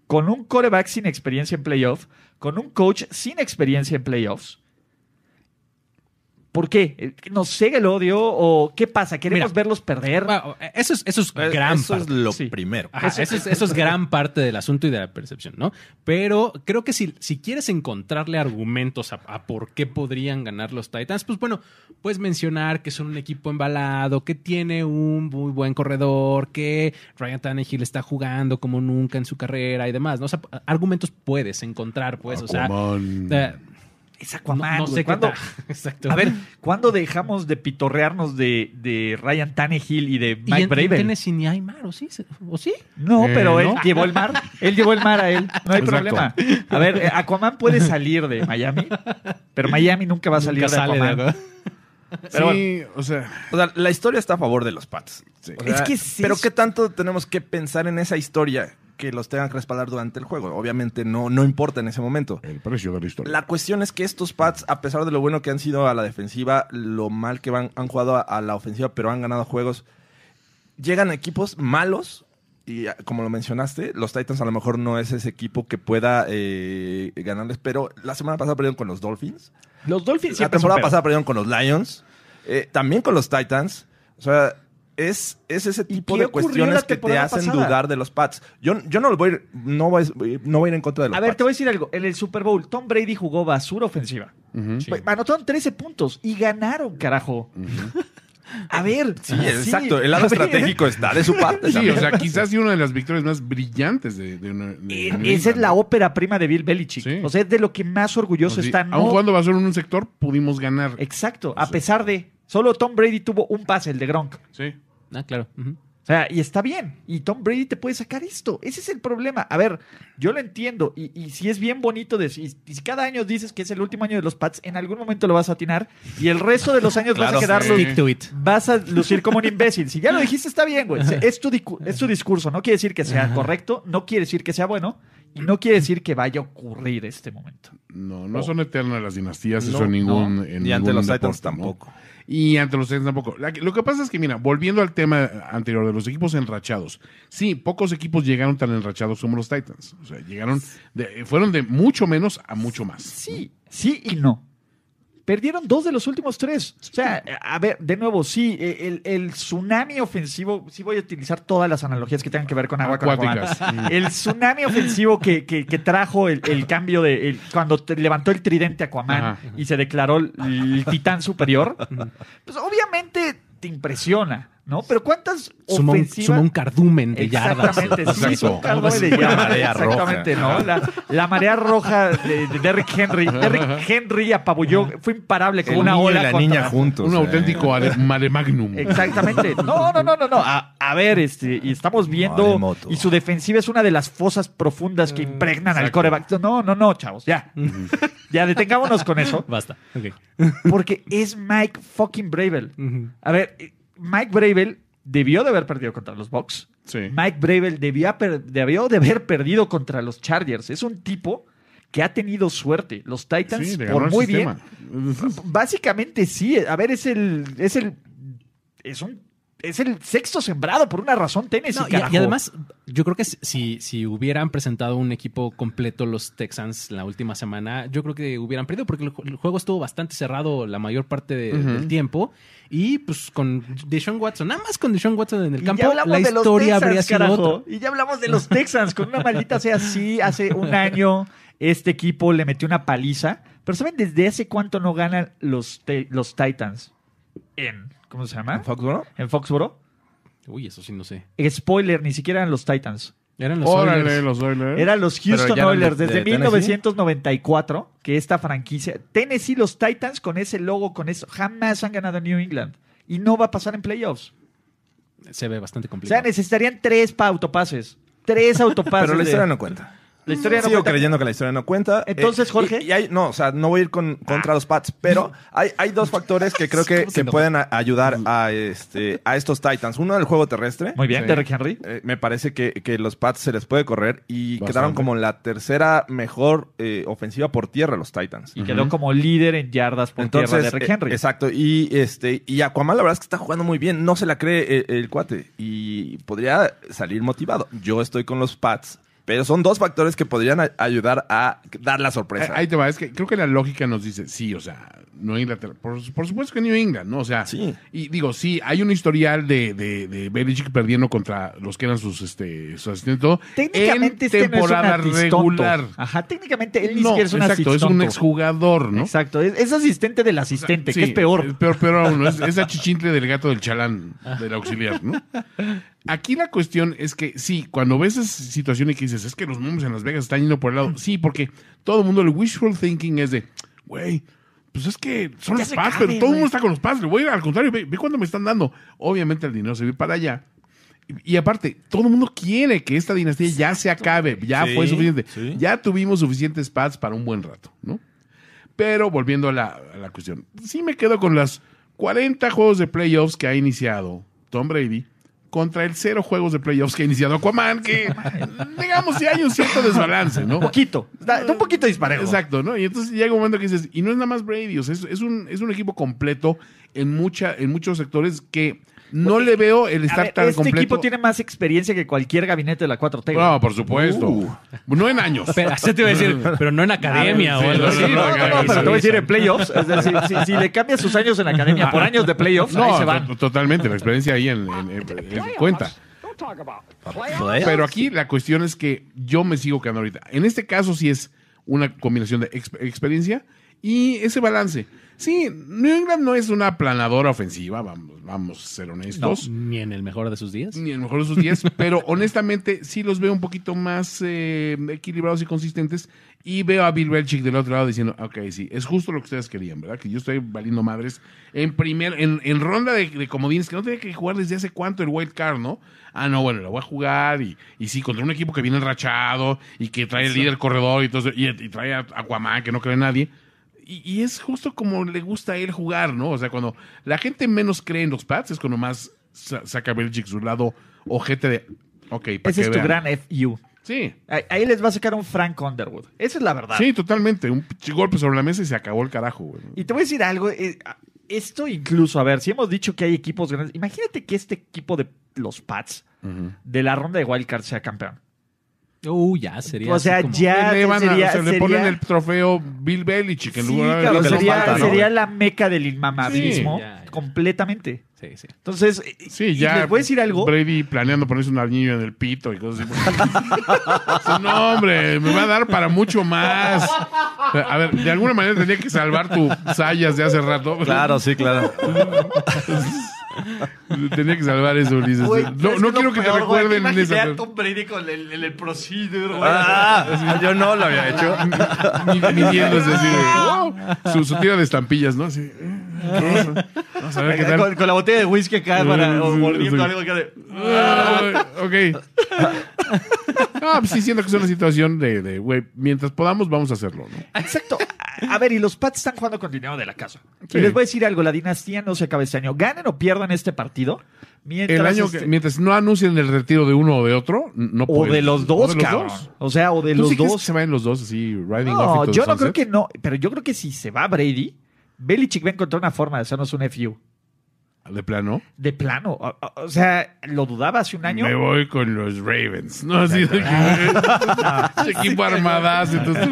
con un coreback sin experiencia en playoffs, con un coach sin experiencia en playoffs? ¿Por qué? Eh, ¿Nos cega el odio o qué pasa? ¿Queremos
Mira,
verlos perder?
Bueno, eso es, eso es
Eh,
gran
Eso es
parte.
lo
Sí.
primero.
Ajá, eso, es, eso es gran parte del asunto y de la percepción, ¿no? Pero creo que si, si quieres encontrarle argumentos a, a por qué podrían ganar los Titans, pues bueno, puedes mencionar que son un equipo embalado, que tiene un muy buen corredor, que Ryan Tannehill está jugando como nunca en su carrera y demás, ¿no? O sea, argumentos puedes encontrar, pues, o sea...
Aquaman.
eh,
es
no,
Aquaman.
no
güey.
sé qué
¿Cuándo-
tal. Exacto.
A ver, ¿cuándo dejamos de pitorrearnos de, de Ryan Tannehill y de
y
Mike
en, en
Braven?
Tennessee ni hay mar, ¿o sí? ¿O sí?
No,
Eh,
pero él
¿no?
llevó el mar. Él llevó el mar a él. No hay
Exacto.
problema. A ver, eh, Aquaman puede salir de Miami, pero Miami nunca va a salir
Nunca
de
sale de
Aquaman.
acá.
sí,
pero
o sea,
O sea, la historia está a favor de los Pats. O sea,
Es que sí.
Pero ¿qué tanto tenemos que pensar en esa historia que los tengan que respaldar durante el juego? Obviamente no, no importa en ese momento.
el precio de la historia.
La cuestión es que estos Pats, a pesar de lo bueno que han sido a la defensiva, lo mal que van, han jugado a, a la ofensiva, pero han ganado juegos, llegan equipos malos. Y ah, como lo mencionaste, los Titans a lo mejor no es ese equipo que pueda eh, ganarles, pero la semana pasada perdieron con los Dolphins.
Los Dolphins
La
siempre son
temporada
peor.
pasada perdieron con los Lions, eh, también con los Titans. O sea, es, es ese tipo
qué
de
ocurrió la
cuestiones que te
temporada
hacen
pasada?
dudar de los Pats. Yo, yo no, voy, a ir- no, voy, no voy a ir en contra de los
A ver,
Pats.
te voy a decir algo. En el Super Bowl, Tom Brady jugó basura ofensiva.
Ujú.
Sí.
Anotaron 13 puntos y ganaron, carajo. A ver.
Sí, exacto. El lado
A ver.
estratégico está de su parte.
Sí,
también.
o sea, quizás sí una de las victorias más brillantes de, de una- de
Eh,
New
Esa es
England.
la ópera prima de Bill Belichick.
Sí.
O sea, es de lo que más orgulloso
Pues Sí,
está.
Aun
No- Eh,
jugando basura en un sector, pudimos ganar.
Exacto. A pesar de. Solo Tom Brady tuvo un pase, el de Gronk.
Sí.
Ah, claro. Ujú.
O sea, y está bien. Y Tom Brady te puede sacar esto. Ese es el problema. A ver, yo lo entiendo. Y, y si es bien bonito, de, y, y si cada año dices que es el último año de los Pats, en algún momento lo vas a atinar. Y el resto de los años vas a
Claro,
quedarlo.
Stick to it.
Vas a lucir como un imbécil. Si ya lo dijiste, está bien, güey. Se- Es tu, dicu- es tu discurso. No quiere decir que sea correcto, no quiere decir que sea bueno, y no quiere decir que vaya a ocurrir este momento.
No, no son eternas las dinastías, eso en
No,
ningún.
no.
en
Y ante
ningún
los
deporte,
Titans
¿no?
tampoco.
Y ante los Titans tampoco. La que- Lo que pasa es que, mira, volviendo al tema anterior de los equipos enrachados. Sí, pocos equipos llegaron tan enrachados como los Titans. O sea, llegaron. de- fueron de mucho menos a mucho más.
Sí, sí y no. Perdieron dos de los últimos tres. O sea, a ver, de nuevo, sí, el, el tsunami ofensivo, sí voy a utilizar todas las analogías que tengan que ver con agua con
Acuáticas.
Aquaman. El tsunami ofensivo que, que- que trajo el, el cambio de el- cuando te levantó el tridente Aquaman
Ajá.
y se declaró el, el titán superior, pues obviamente te impresiona, ¿no? Pero cuántas
suma un,
ofensivas.
suma un cardumen de yardas.
Exactamente, sí, es un
Exacto.
caldo de
Una
llamas,
marea roja.
Exactamente, ¿no? La, la marea roja de, de Derrick Henry. Derrick Henry apabulló, fue imparable como
El
una
niño y
ola.
la
contra-
niña juntos.
Un
eh.
auténtico ale- mare magnum.
Exactamente. No, no, no, no, no. A, a ver, este, y estamos viendo.
Maremoto.
Y su defensiva es una de las fosas profundas que impregnan al coreback. No, no, no, chavos. Ya. Ya detengámonos con eso.
Basta. Ok.
Porque es Mike fucking Bravel.
Ujú.
A ver, eh, Mike Bravel debió de haber perdido contra los Bucks.
Sí.
Mike Bravel debió, per- debió de haber perdido contra los Chargers. Es un tipo que ha tenido suerte. Los Titans,
Sí, le ganó
por
el
muy bien.
sistema.
Básicamente sí. A ver, es el. Es el. Es un. Es el sexto sembrado por una razón Tennessee.
No, y-
carajo.
y, además, yo creo que si, si hubieran presentado un equipo completo los Texans la última semana, yo creo que hubieran perdido porque el, ju- el juego estuvo bastante cerrado la mayor parte de- del tiempo. Y pues con Deshaun Watson, nada más con Deshaun Watson en el
Y
campo,
ya hablamos
la
de los
historia
Texans,
habría sido
carajo.
otra.
Y ya hablamos de los Texans. Con una maldita sea así, hace un año este equipo le metió una paliza. Pero ¿saben desde hace cuánto no ganan los, te- los Titans? En, ¿cómo se llama?
Foxborough.
En Foxboro.
Uy, eso sí, no sé.
eh, Spoiler, ni siquiera eran los Titans.
Eran los
Órale,
Oilers.
los Oilers.
Eran los
Pero
Houston
ya eran
Oilers
de-
desde
de Tennessee.
1994, que esta franquicia, Tennessee, los Titans con ese logo, con eso, jamás han ganado New England. Y no va a pasar en playoffs.
Se ve
O
bastante
sea,
complicado.
necesitarían tres pa- autopases. Tres autopases.
Pero la
de-
historia no cuenta.
La historia no
Sigo
cuenta.
creyendo que la historia no cuenta.
Entonces,
Eh,
Jorge.
Y, y hay, no, o sea, no voy a ir con, contra los Pats, pero hay, hay dos factores que creo que,
¿Cómo se
que
nota?
pueden a- ayudar a, este, a estos Titans. Uno, el juego terrestre.
Muy bien,
Sí.
Derrick Henry.
Eh, me parece que, que los Pats se les puede correr y
Bastante.
quedaron como la tercera mejor eh, ofensiva por tierra los Titans.
Y quedó como líder en yardas por tierra
Entonces,
Derrick
eh,
Henry.
exacto. Y este y Aquaman la verdad es que está jugando muy bien. No se la cree eh, el, cuate y podría salir motivado. Yo estoy con los Pats, pero son dos factores que podrían a- ayudar a dar la sorpresa.
Ahí te va, es que creo que la lógica nos dice, sí, o sea, Nueva Inglaterra, por, por supuesto que New England, ¿no? O sea,
Sí.
y digo, sí, hay un historial de, de, de Belichick perdiendo contra los que eran sus, este, su asistente, todo,
Técnicamente
en
este
temporada
no es un asistonto.
regular.
Ajá, técnicamente él ni
No,
siquiera es un
exacto, es un
asistonto.
exjugador, ¿no?
Exacto, es, es asistente del asistente,
Sí,
que es peor.
Peor, peor aún, ¿no? es, es la chichintle del gato del chalán, del auxiliar, ¿no? Aquí la cuestión es que, sí, cuando ves esa situación y que dices, es que los números en Las Vegas están yendo por el lado, sí, porque todo el mundo, el wishful thinking es de, güey, pues es que son
Ya
los
se
Pats,
caben,
pero todo el
güey.
mundo está con los Pats, güey, al contrario, ve, ve cuánto me están dando. Obviamente el dinero se ve para allá. Y y aparte, todo el mundo quiere que esta dinastía ya se acabe, ya
Sí,
fue suficiente,
sí.
ya tuvimos suficientes pads para un buen rato, ¿no? Pero volviendo a la, a la cuestión, sí me quedo con las 40 juegos de playoffs que ha iniciado Tom Brady contra el cero juegos de playoffs que ha iniciado Aquaman, que digamos si hay un cierto desbalance, ¿no?
Poquito, da- da un poquito disparejo.
Exacto, ¿no? Y entonces llega un momento que dices, y no es nada más Brady, o sea, es, es un, es un equipo completo en, mucha, en muchos sectores que no le veo el
A
estar
ver,
tan
este
completo.
equipo tiene más experiencia que cualquier gabinete de la 4T.
No, por supuesto.
Uh.
No en años.
Pero, así te iba a decir, pero no en academia
Sí,
o algo
sí,
así.
no,
No, no, no, pero te voy a decir en playoffs. Es decir, si, si le cambias sus años en la academia por años de playoffs, ahí
No,
se van.
to- totalmente, la experiencia ahí en, en- en- en cuenta.
Don't talk about it.
Pero aquí la cuestión es que yo me sigo quedando ahorita. En este caso sí es una combinación de exp- experiencia y ese balance. Sí, New England no es una aplanadora ofensiva, vamos, vamos a ser honestos.
Ni en el mejor de sus días.
Ni en mejor de sus 10, pero honestamente sí los veo un poquito más eh, equilibrados y consistentes. Y veo a Bill Belichick del otro lado diciendo, ok, sí, es justo lo que ustedes querían, ¿verdad? Que yo estoy valiendo madres en primer, en, en ronda de, de comodines, que no tenía que jugar desde hace cuánto el wild card, ¿no? Ah, no, bueno, lo voy a jugar y, y sí, contra un equipo que viene enrachado y que trae el líder corredor y, todo eso, y, y trae a Aquaman, que no cree nadie. Y, y es justo como le gusta a él jugar, ¿no? O sea, cuando la gente menos cree en los Pats es cuando más sa- saca Belichick su lado ojete de. Ok, para
Ese
que
es tu
vean".
gran FU.
Sí,
Ahí- Ahí les va a sacar un Frank Underwood. Esa es la verdad.
sí, totalmente. Un pinche golpe sobre la mesa y se acabó el carajo, güey.
Y te voy a decir algo. eh, esto incluso, a ver, si hemos dicho que hay equipos grandes, imagínate que este equipo de los Pats de la ronda de Wildcard sea campeón.
Uh, ya sería.
o
así
sea,
como-
ya
le, van a-
Ah, sería,
o sea, le
sería-
ponen el trofeo Bill Belichick en
Sí,
lugar de
claro,
lo que nos
sería,
falta, ¿no?
sería la meca del inmamabilismo
Sí.
Ya, ya.
completamente.
Sí, sí.
Entonces, eh,
Sí,
y
ya.
les voy a decir algo.
Brady planeando ponerse un anillo en el pito y cosas así. Sí, no, hombre, me va a dar para mucho más. A ver, de alguna manera tenía que salvar tu sayas de hace rato.
Claro, sí, claro.
Tenía que salvar eso, Ulises.
Güey,
no
¿sabes
no
qué es
quiero
lo
que te
peor, güey?
recuerden en
Imaginé
esa.
a Tom Brady con el, el, el procedure, güey.
Ah, yo no lo había hecho.
Mi- Midiéndose así. de, wow. Su, su tira de estampillas, ¿no? Así. eh, Vamos a ver qué
Con,
tal.
con la botella de whisky acá para, o
Sí,
mordiendo
sí.
algo acá de...
Ah, ok. Ah, pues sí, siento que es una situación de, de, güey, mientras podamos, vamos a hacerlo, ¿no?
Exacto. A a ver, y los Pats están jugando con dinero de la casa.
Sí.
Y les voy a decir algo, la dinastía no se acaba este año. Ganen o pierdan este partido. Mientras
El año que,
este-
mientras no anuncien el retiro de uno o de otro, no
O
pueden.
de los
pues, O
dos,
de los
cabrón.
dos.
O sea, o de
¿Tú
los
sí crees que
dos.
se vayan los dos así, riding off
No,
into the
yo no creo
sunset?
que no. Pero yo creo que si se va Brady, Belichick va a encontrar una forma de hacernos un FU.
De plano.
De plano. O, o- o sea, lo dudaba hace un año.
Me voy con los Ravens. No, así de que- equipo armadas. Entonces,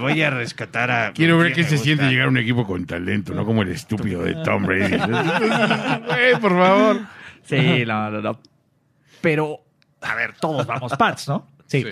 voy a rescatar a.
quiero ver qué se siente llegar a un equipo con talento, no como el estúpido de Tom Brady. Güey, por favor.
Sí, no, no, no. Pero, a ver, todos vamos Pats, ¿no?
Sí.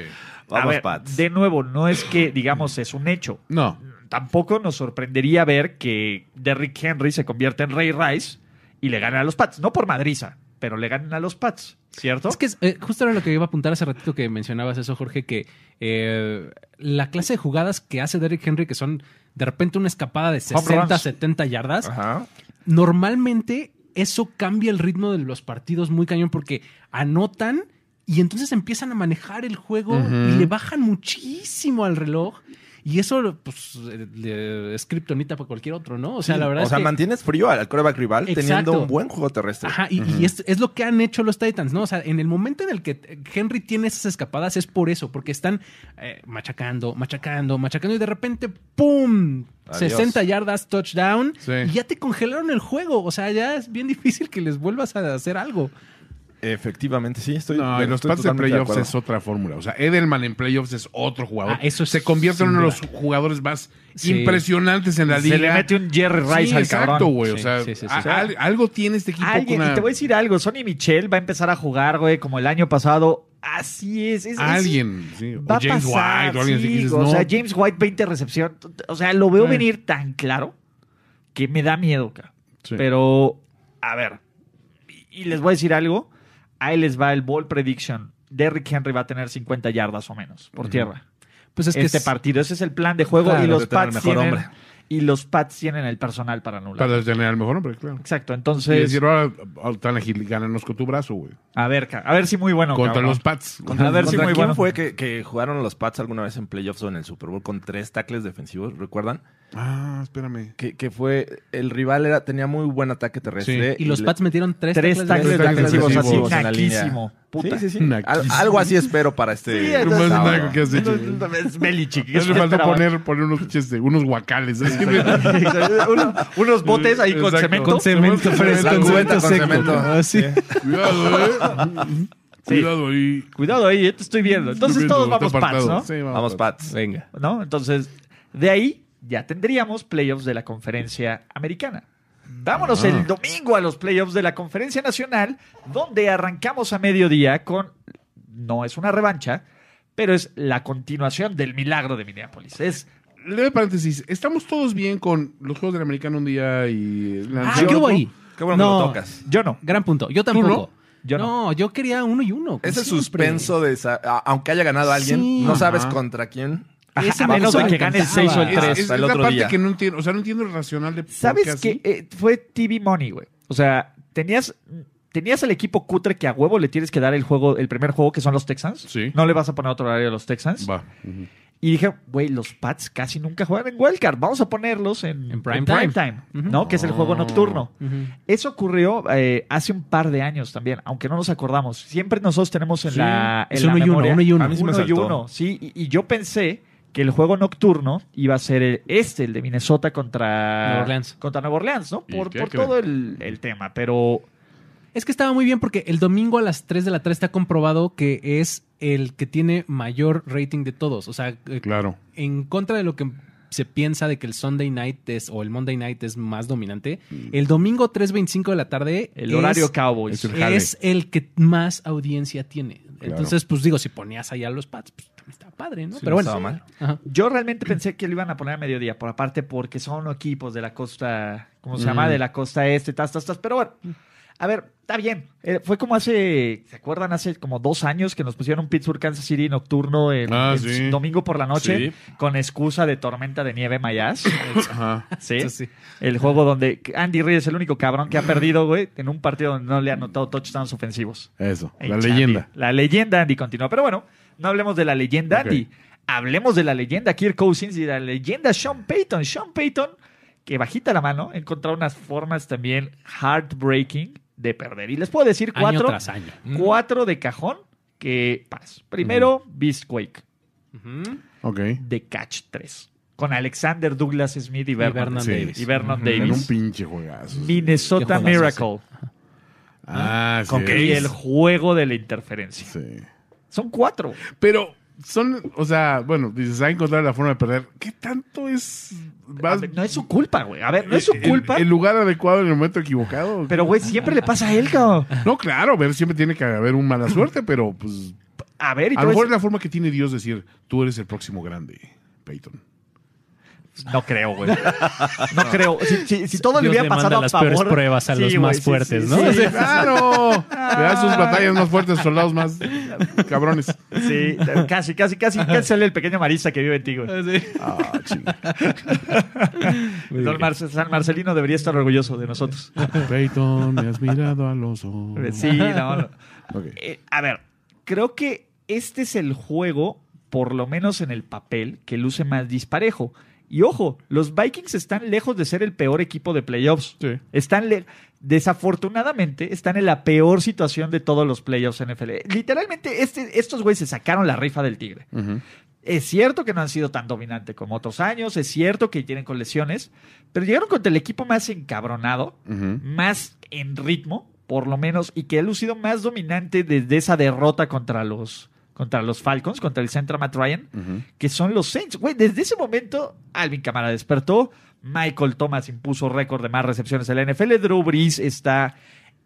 Vamos,
a ver,
Pats.
De nuevo, no es que, digamos, es un hecho.
No.
Tampoco nos sorprendería ver que Derrick Henry se convierta en Ray Rice y le gana a los Pats. No por madriza, pero le ganan a los Pats, ¿cierto?
Es que es, eh, justo era lo que iba a apuntar hace ratito que mencionabas eso, Jorge, que eh, la clase de jugadas que hace Derrick Henry, que son de repente una escapada de
Home
60,
runs.
70 yardas,
Ajá.
normalmente eso cambia el ritmo de los partidos muy cañón porque anotan Y entonces empiezan a manejar el juego y le bajan muchísimo al reloj. Y eso, pues, eh, le- es kriptonita para cualquier otro, ¿no? O sea, la verdad
o
es
sea,
que...
mantienes frío al, al quarterback rival
Exacto.
teniendo un buen juego terrestre.
Ajá, y, y es, es lo que han hecho los Titans, ¿no? O sea, en el momento en el que eh, Henry tiene esas escapadas es por eso, porque están eh, machacando, machacando, machacando y de repente, ¡pum!
Adiós.
60 yardas, touchdown,
Sí.
y ya te congelaron el juego. O sea, ya es bien difícil que les vuelvas a hacer algo.
Efectivamente, sí, estoy.
No, y los
estoy
pads de
totalmente de
playoffs
acuerdo.
es otra fórmula. O sea, Edelman en playoffs es otro jugador.
Ah, eso
Se
es
convierte en
sin
uno de los
duda.
jugadores más
Sí.
impresionantes en la
Se
liga.
le mete un Jerry Rice
Sí,
al
exacto,
cabrón.
güey. O
Sí,
sea,
sí, sí, sí.
a- al- algo tiene este equipo.
Alguien,
con una-
y te voy a decir algo, Sonny Michel va a empezar a jugar, güey, como el año pasado. Así es. es- es-
alguien. sí, O
va a
James
pasar,
White o alguien así que
sí,
dices,
O
no, Eh.
sea, James White 20 recepción. O sea, lo veo
Sí.
venir tan claro que me da miedo, cara.
Sí.
Pero, a ver, y, y les voy a decir algo. Ahí les va el ball prediction. Derrick Henry va a tener 50 yardas o menos por tierra.
Pues es que
este
es-
partido, ese es el plan de juego
Claro,
y los
de tener
Pats
mejor
tienen
hombre.
y los Pats tienen el personal para anular.
Para tener al mejor hombre, claro.
Exacto,
Y
entonces
decir, ahora, ah, Tannehill, gánanos con tu brazo, güey.
a ver, ca- a ver si muy bueno.
Contra
cabrón.
los Pats.
a ver si
¿Contra
muy
quién
bueno.
fue que, que jugaron los Pats alguna vez en playoffs o en el Super Bowl con tres tackles defensivos? ¿Recuerdan?
Ah, espérame.
Que, que fue. El rival era tenía muy buen ataque terrestre.
y los
le-
Pats metieron tres,
eh, Tres tackles
tackles
defensivos así,
defensivos
en la línea.
naquísimo. Puta.
Sí, sí, sí. Al-
Naquísimo.
algo así espero para este.
Sí,
No más
entonces-
nada que has dicho.
Es Belichick.
Ya
eso
le faltó
esperaba.
poner, poner unos, pinches de- unos guacales. así, güey.
unos, unos botes ahí con
Exacto.
cemento.
Con cemento fresco,
La
con
cubeta con
seco.
cemento.
Ah,
Así.
Cuidado, eh. Cuidado ahí.
Cuidado ahí, yo te estoy viendo. Entonces todos vamos Pats, ¿no?
pues,
Vamos, Pats.
Venga.
¿no? Entonces, de ahí ya tendríamos playoffs de la conferencia americana. Vámonos
Ah.
el domingo a los playoffs de la conferencia nacional, donde arrancamos a mediodía con, no es una revancha, pero es la continuación del milagro de Minneapolis. Es,
Leve paréntesis. Estamos todos bien con los Juegos del Americano un día y... la-
Ah, ¿qué hubo ahí?
Qué bueno que
No.
lo tocas.
yo no.
Gran punto. Yo tampoco.
Yo no.
no. yo quería uno y uno. como
Ese
siempre.
suspenso de. sa- a- Aunque haya ganado alguien,
Sí.
no sabes
Ajá.
contra quién.
Ese
a menos
eso
de
me
que gane el
encantaba.
seis o el
Es,
tres.
es
Hasta el
la
otro
parte
día.
que no entiendo. O sea, no entiendo el racional de por qué
¿Sabes
así.
qué? Eh, fue TV Money, güey. O sea, tenías, tenías el equipo cutre que a huevo le tienes que dar el juego, el primer juego que son los Texans.
Sí.
No le vas a poner otro horario a los Texans.
Va.
Y dije, güey, los Pats casi nunca juegan en Wildcard. Vamos a ponerlos en,
En prime
en
time. Oh.
time, ¿no? Que es el juego nocturno. Eso ocurrió eh, hace un par de años también, aunque no nos acordamos. Siempre nosotros tenemos en
Sí.
la, en
Es
la
uno y uno,
memoria
uno y uno.
A mí sí me
uno y
saltó.
uno, sí. Y, y yo pensé que el juego nocturno iba a ser el- este, el de Minnesota contra
Nueva Orleans.
contra Nueva Orleans ¿no?
¿Y
Por,
qué
por
creen?
todo el, el tema. Pero
Es que estaba muy bien porque el domingo a las 3 de la tarde está comprobado que es el que tiene mayor rating de todos. O sea, eh,
Claro.
en contra de lo que se piensa de que el Sunday night es o el Monday night es más dominante, el domingo 3.25 de la tarde
el
es-
horario Cowboys.
es el-
es el que más audiencia tiene. Entonces, pues digo, si ponías allá los pads, pues también estaba padre, ¿no?
Sí,
Pero bueno,
estaba mal.
Ajá.
Yo realmente pensé que lo iban a poner a mediodía, por aparte porque son equipos de la costa, ¿cómo se
Mm.
llama? De la costa este, tas, tas, tas. Pero bueno, a ver, está bien. Eh, fue como hace, ¿se acuerdan? Hace como dos años que nos pusieron Pittsburgh, Kansas City nocturno en,
Ah,
en
sí.
domingo por la noche
Sí.
con excusa de tormenta de nieve mayas.
Ajá.
¿Sí?
Eso sí.
El juego donde Andy Reid es el único cabrón que ha perdido, güey, en un partido donde no le ha anotado touchdowns ofensivos.
Eso.
Ey,
la
Andy.
leyenda.
La leyenda Andy continúa. Pero bueno, no hablemos de la leyenda
Ok.
Andy. Hablemos de la leyenda Kirk Cousins y de la leyenda Sean Payton. Sean Payton, que bajita la mano, encontró unas formas también heartbreaking de perder. Y les puedo decir
Año
cuatro,
tras año.
Mm.
cuatro de cajón que paz. Primero,
Mm.
Beastquake
Ujú.
Ok.
de Catch 3. Con Alexander Douglas Smith y Vernon,
Vernon
Sí.
Davis.
y Vernon
En un
Davis.
pinche juegazo.
Minnesota
Qué
Miracle
juegazo
Ah, sí.
Con que-
y
Ace.
el juego de la interferencia.
Sí.
Son cuatro.
Pero son, o sea, bueno, dices, ha encontrado la forma de perder. ¿Qué tanto es?
A
vas-
ver, no es su culpa, güey. A ver, no es su
el-
culpa.
El, lugar adecuado en el momento equivocado.
Pero, güey, siempre le pasa a él, cabrón.
no, claro, a ver, siempre tiene que haber un mala suerte, pero pues
A ver, y
a
tú
lo mejor es
ves-
la forma que tiene Dios de decir, tú eres el próximo grande, Peyton.
No creo, güey. No creo. Si, si- si todo le
Dios
hubiera
le
pasado
manda
a
las
favor...
peores pruebas a los más fuertes, ¿no?
Sí,
Sí, claro. Le da sus batallas más fuertes, soldados más cabrones.
sí, casi, casi, casi. Casi sale el pequeño Marisa que vive en ti, güey. Don Marce- San Marcelino debería estar orgulloso de nosotros.
Peyton, me has mirado a los ojos.
Sí, no, no.
Ok.
Eh, a ver, creo que este es el juego, por lo menos en el papel, que luce más disparejo. Y ojo, los Vikings están lejos de ser el peor equipo de playoffs.
Sí.
Están le- desafortunadamente están en la peor situación de todos los playoffs NFL. Literalmente este- estos güeyes se sacaron la rifa del tigre. Es cierto que no han sido tan dominante como otros años, es cierto que tienen con lesiones, pero llegaron contra el equipo más encabronado, más en ritmo, por lo menos, y que ha lucido más dominante desde esa derrota contra los, contra los Falcons, contra el Centro Matt Ryan, que son los Saints. Güey, desde ese momento, Alvin Camara despertó, Michael Thomas impuso récord de más recepciones en la NFL, Drew Brees está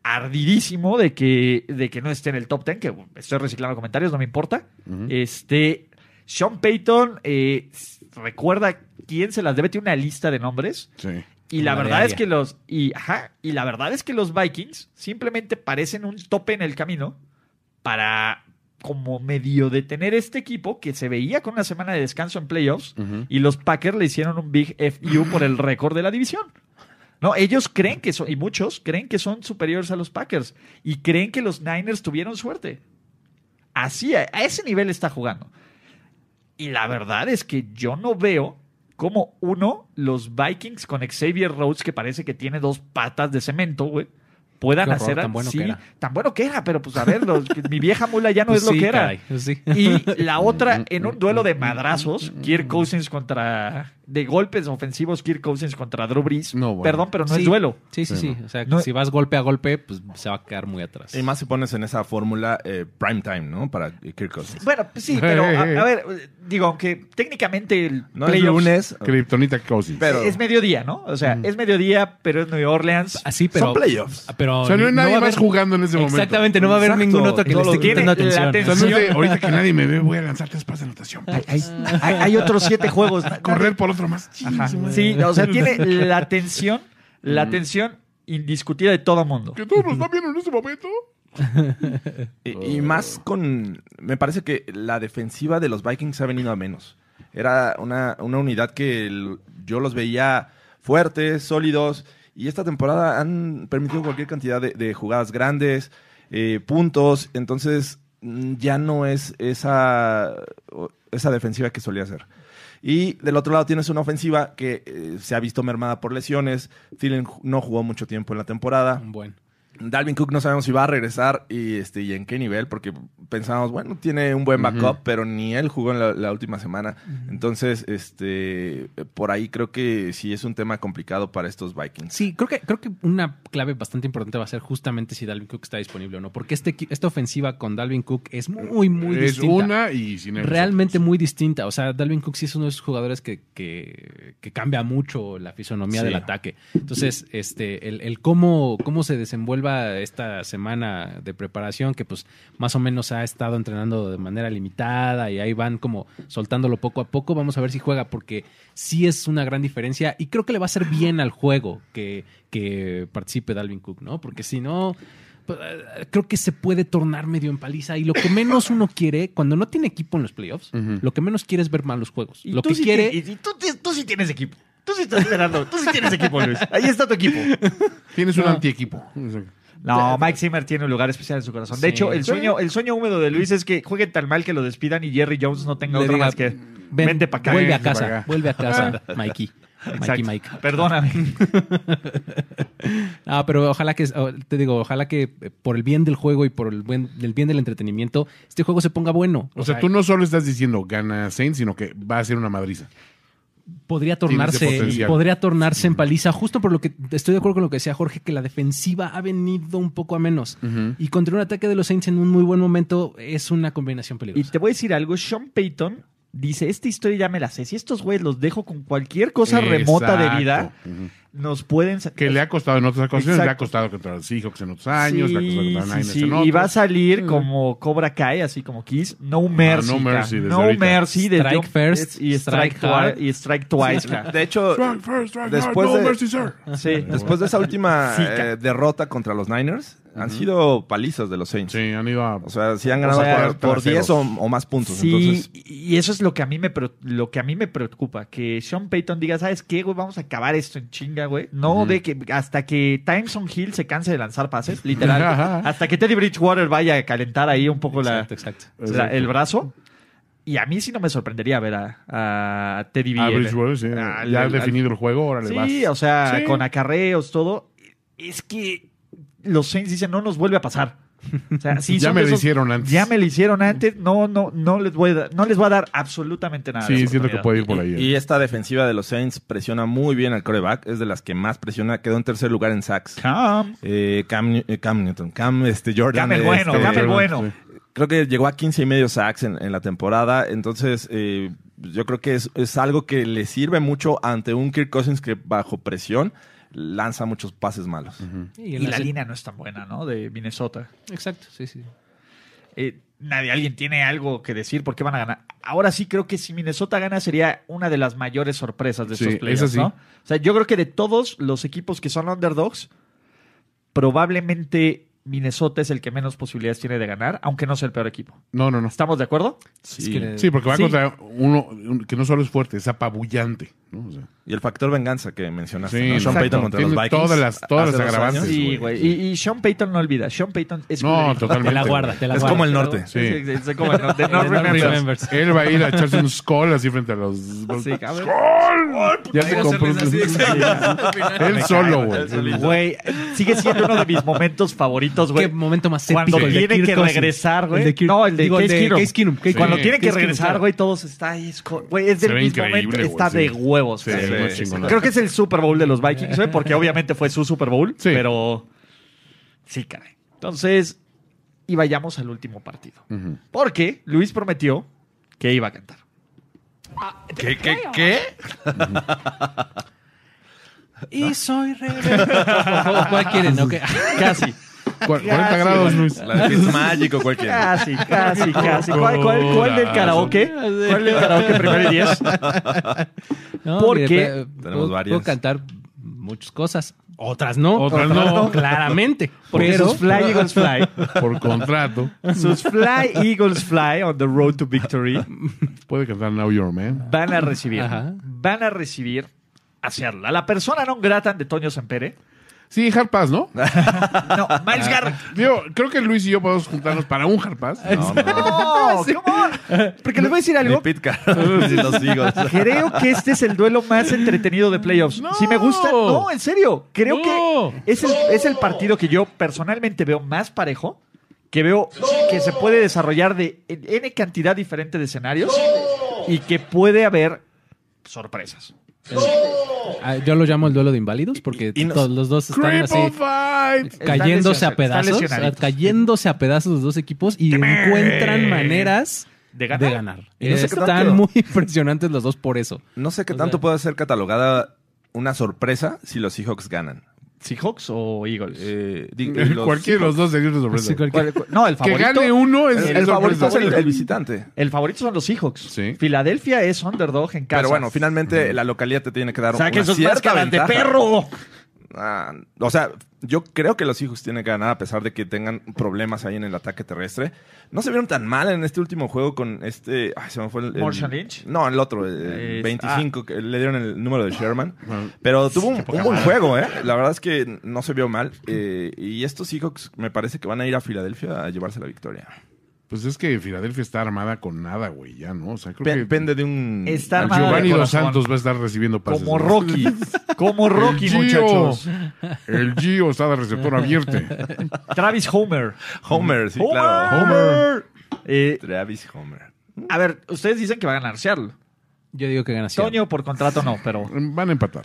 ardidísimo de que, de que no esté en el top 10, que bueno, estoy reciclando comentarios, no me importa. Este, Sean Payton, eh, recuerda quién se las debe, tiene una lista de nombres.
Sí.
Y la
Una
verdad
área.
es que los y ajá, y la verdad es que los Vikings simplemente parecen un tope en el camino para como medio detener este equipo que se veía con una semana de descanso en playoffs y los Packers le hicieron un big FU por el récord de la división. No, ellos creen que son y muchos creen que son superiores a los Packers y creen que los Niners tuvieron suerte. Así a- a ese nivel está jugando. Y la verdad es que yo no veo cómo uno, los Vikings con Xavier Rhodes, que parece que tiene dos patas de cemento, güey, puedan
Qué horror,
hacer
tan bueno
así.
que era.
Tan bueno que era, pero pues a ver, los- mi vieja mula ya no
Pues
es lo
sí,
que era.
caray, pues sí.
Y la
Mm,
otra, en un duelo de madrazos, Kirk Cousins contra. de golpes ofensivos, Kirk Cousins contra Drew Brees.
No, bueno.
Perdón, pero no
Sí.
es duelo.
Sí, sí, sí. O sea,
No-
si vas golpe a golpe, pues se va a quedar muy atrás.
Y más si pones en esa fórmula eh, prime time, ¿no? Para eh, Kirk Cousins.
Bueno, pues sí, pero a, a ver, eh, digo, aunque técnicamente el
No es
playoffs
lunes,
Kryptonita Cousins.
pero Mm.
es mediodía, ¿no? O sea, es mediodía, pero es New Orleans.
Así, pero.
son playoffs.
Pero
o sea, no hay nadie más jugando en ese momento.
Exactamente, no va a haber
Exacto.
ningún otro que
Solo
le esté
tiene la
quitando atención.
O
atención.
sea, no sé, ahorita que nadie me ve, voy a lanzar tres pases de anotación.
Hay, hay- hay- hay otros siete juegos.
Correr por otro más.
Ajá. Sí, o sea, tiene la atención, la
Mm.
atención indiscutida de todo mundo.
Que todos lo están viendo en
este
ese momento.
Y, y más con. Me parece que la defensiva de los Vikings ha venido a menos. Era una, una unidad que el- yo los veía fuertes, sólidos. Y esta temporada han permitido cualquier cantidad de, de jugadas grandes, eh, puntos. Entonces mm, ya no es esa, o- esa defensiva que solía ser. Y del otro lado tienes una ofensiva que eh, se ha visto mermada por lesiones. Thielen ju- no jugó mucho tiempo en la temporada.
Bueno.
Dalvin Cook no sabemos si va a regresar y, este, y en qué nivel, porque pensábamos, bueno, tiene un buen backup, pero ni él jugó en la, la última semana. Entonces, este, por ahí creo que sí es un tema complicado para estos Vikings.
Sí, creo que, creo que una clave bastante importante va a ser justamente si Dalvin Cook está disponible o no. Porque este, equi- esta ofensiva con Dalvin Cook es muy, muy
es
distinta.
una y sin él
realmente muy distinta. O sea, Dalvin Cook sí es uno de esos jugadores que, que- que cambia mucho la fisonomía
Sí.
del ataque. Entonces, este, el, el cómo, cómo se desenvuelva esta semana de preparación, que pues más o menos ha estado entrenando de manera limitada y ahí van como soltándolo poco a poco. Vamos a ver si juega, porque sí es una gran diferencia y creo que le va a hacer bien al juego que, que participe Dalvin Cook, ¿no? Porque si no Pues, eh, creo que se puede tornar medio en paliza. Y lo que menos uno quiere, cuando no tiene equipo en los playoffs, lo que menos quiere es ver malos juegos.
Y
Lo
tú
que
sí
quiere.
ti- y- y tú, ti- tú sí tienes equipo. Tú sí estás esperando. Tú sí tienes equipo, Luis. Ahí está tu equipo.
Tienes un antiequipo.
No, Mike Zimmer tiene un lugar especial en su corazón. De
Sí.
hecho, el sueño, el sueño húmedo de Luis es que juegue tan mal que lo despidan y Jerry Jones no tenga
Le
otra
diga,
más que
"Ven,
vente para acá.
Vuelve a
Vente pa'
casa,
acá.
vuelve a casa, Mikey. Mikey,
Exacto.
Mike.
Perdóname.
Ah, pero ojalá que, o- te digo, ojalá que eh, por el bien del juego y por el, buen, el bien del entretenimiento, este juego se ponga bueno.
O sea, tú no solo estás diciendo gana Saints, sino que va a ser una madriza.
podría
Tiene ese
tornarse
potencial.
podría tornarse en paliza justo por lo que estoy de acuerdo con lo que decía Jorge que la defensiva ha venido un poco a menos y contra un ataque de los Saints en un muy buen momento es una combinación
Y
peligrosa
te voy a decir algo, Sean Payton dice, esta historia ya me la sé. Si estos güeyes los dejo con cualquier cosa remota de
Exacto.
vida,
Ujú.
nos pueden... sa-
Que le ha costado en otras ocasiones, le ha
Exacto.
costado contra los Seahawks en otros años, le ha costado
Sí,
contra
sí,
Niners
sí.
en
Y
otros.
va a salir como Cobra Kai, así como Kiss. No mercy.
pues, mm. Ah, no
ca.
mercy desde
No
ahorita.
mercy desde
Strike
John-
first,
y strike,
strike hard.
twi- y strike twice. ca.
De hecho,
Strike first, strike hard,
Después
no
de-
mercy, sir.
Sí.
después de esa última
Sí, ca-
eh, derrota contra los Niners, han sido palizas de los Saints.
Sí, han ido a.
O sea, sí han ganado
O sea,
por, por
traseros.
10 o, o más puntos.
Sí,
Entonces,
y eso es lo que a mí me pre- lo que a mí me preocupa, que Sean Payton diga, ¿sabes qué, güey? Vamos a acabar esto en chinga, güey. No de que hasta que Timeson Hill se canse de lanzar pases, literal, hasta que Teddy Bridgewater vaya a calentar ahí un poco la,
Exacto, exacto.
la- el brazo. Y a mí sí no me sorprendería ver a, a Teddy B.
A Bridgewater, sí.
eh, Al-
ya
al-
has definido el juego, órale, vas.
Sí, o sea,
Sí.
con acarreos, todo. Es que los Saints dicen, no nos vuelve a pasar. O sea, sí,
Ya
son
me
de
lo hicieron antes.
Ya me lo hicieron antes. No, no, no les voy a dar, no les voy a dar absolutamente nada. de
Sí, siento que
oportunidad.
puede ir por ahí. eh.
y, y esta defensiva de los Saints presiona muy bien al coreback. Es de las que más presiona. Quedó en tercer lugar en sacks.
Cam.
Eh, Cam, Ni- eh, Cam Newton. Cam este, Jordan.
Cam el
este,
bueno, Cam el bueno.
Creo que llegó a 15 y medio sacks en, en la temporada. Entonces, eh, yo creo que es, es algo que le sirve mucho ante un Kirk Cousins que bajo presión lanza muchos pases malos.
Y, en
Y la
se-
línea no es tan buena, ¿no? De Minnesota.
Exacto, sí, sí.
Eh, nadie, alguien tiene algo que decir por qué van a ganar. Ahora sí creo que si Minnesota gana sería una de las mayores sorpresas de
Sí,
estos playoffs,
esa sí.
¿no? O sea, yo creo que de todos los equipos que son underdogs, probablemente Minnesota es el que menos posibilidades tiene de ganar, aunque no sea el peor equipo.
No, no, no.
¿Estamos de acuerdo?
Es
Sí.
que-
Sí, porque va
Sí.
contra uno un- que no solo es fuerte, es apabullante. ¿no? O sea,
Y el factor venganza que mencionaste.
Sí,
¿no? Sean
exacto.
Payton contra los
Tiene
Vikings.
todas las- todas
hace
las
dos
agravantes.
años.
Sí,
Sí, güey. Y, y Sean Payton no olvida. Sean Payton es
no,
culero.
totalmente.
Te la guarda, te la
Es
guarda.
como el norte.
Sí.
Es- es- es como el norte, no
El norte
remembers.
remembers.
Él va a ir a echarse un skull así frente a los.
Sí, cabrón.
ya se compró un. Él solo, güey.
Güey, sigue siendo uno de mis momentos favoritos, güey.
Qué momento más
Cuando
épico. el de
tiene
Kirk
que
Cousins.
regresar, güey.
El de Kirk-
No, el de
digo,
Case Keenum.
Case Keenum. Case
Cuando
Keenum.
tiene que
Case Keenum,
regresar,
claro.
güey, todos está ahí. es co- Güey, es
Se
del
ve
mismo
increíble,
momento.
güey,
Está
sí.
de huevos.
Sí,
güey.
muy
sí,
chingón.
Creo que es el Super Bowl de los Vikings, güey, porque obviamente fue su Super Bowl,
Sí.
pero sí, caray. Entonces, y vayamos al último partido.
Ujú.
Porque Luis prometió que iba a cantar.
¿Qué, qué, qué?
Y soy rebelde. ¿Cuál quieren? Ok.
Casi,
Cu- 40 grados, Luis.
La de Magic o cualquiera.
casi, casi, casi. ¿Cuál, cuál, cuál del karaoke? ¿Cuál del karaoke primero y diez?
No,
¿Por
mire,
qué?
pe-
Tenemos
puedo,
varias.
puedo cantar muchas cosas. Otras no.
Otras no.
Claramente.
Porque
pero
sus Fly Eagles Fly,
Por contrato,
sus Fly Eagles Fly on the road to victory
puede cantar Now Your Man.
van a recibir,
Ajá.
van a recibir hacerla. La persona no grata de Toño Sempere.
Sí, Hard Pass, ¿no?
No, Miles Garrett.
Digo, creo que Luis y yo podemos juntarnos para un Hard Pass.
No, ¿cómo? Porque les voy a decir
Ni
algo.
Pete Carroll, ni los Eagles.
Creo que este es el duelo más entretenido de playoffs.
No.
Si me gusta, no, en serio. Creo
No.
que es el, es el partido que yo personalmente veo más parejo, que veo que se puede desarrollar de en N cantidad diferente de escenarios y que puede haber sorpresas.
Ah, yo lo llamo el duelo de inválidos porque
Y- y nos-
todos los dos están así
Triple Fight.
cayéndose a
Están lesionados,
pedazos,
están lesionaditos.
cayéndose a pedazos los dos equipos y encuentran maneras
¿De ganar?
de ganar.
Y no sé qué
están
tanto.
muy impresionantes los dos por eso.
No sé qué
O
tanto
sea-
puede ser catalogada una sorpresa si los Seahawks ganan.
¿Seahawks o Eagles?
Eh, di- eh, los-
Cualquiera de los dos sería una sorpresa.
Sí, cualquier-
¿Cuál- cuál- no, el
Que
favorito.
gane uno es
El,
es
favorito es
sorpresa.
el, el visitante.
El favorito son los Seahawks.
Sí.
Filadelfia es underdog en casa.
Pero bueno, finalmente la localidad te tiene que dar
O sea, que
una
esos más
cierta
caras de
ventaja.
perro.
Ah, o sea, yo creo que los Seahawks tienen que ganar a pesar de que tengan problemas ahí en el ataque terrestre. No se vieron tan mal en este último juego con este... Ay, se me fue el... el-
¿Marshawn Lynch?
No, el otro,
Es-
el
ah.
25, que le dieron el número de Sherman. Pero tuvo un, un buen juego, ¿eh? La verdad es que no se vio mal. eh, y estos Seahawks me parece que van a ir a Filadelfia a llevarse la victoria.
Pues es que Filadelfia está armada con nada, güey, ya, ¿no? O sea, creo
Pe-
que
Depende de un...
Está
el
armada
Giovanni
de
Dos
corazón.
Santos va a estar recibiendo pases.
Como
¿no?
Rocky. Como Rocky,
El Gio.
muchachos.
El Gio está de receptor abierto.
Travis Homer.
Homer, sí, claro.
Homer.
Eh,
Travis Homer.
a ver, ustedes dicen que va a ganar Seattle.
Yo digo que gana Seattle.
Toño por contrato no, pero.
Van a empatar.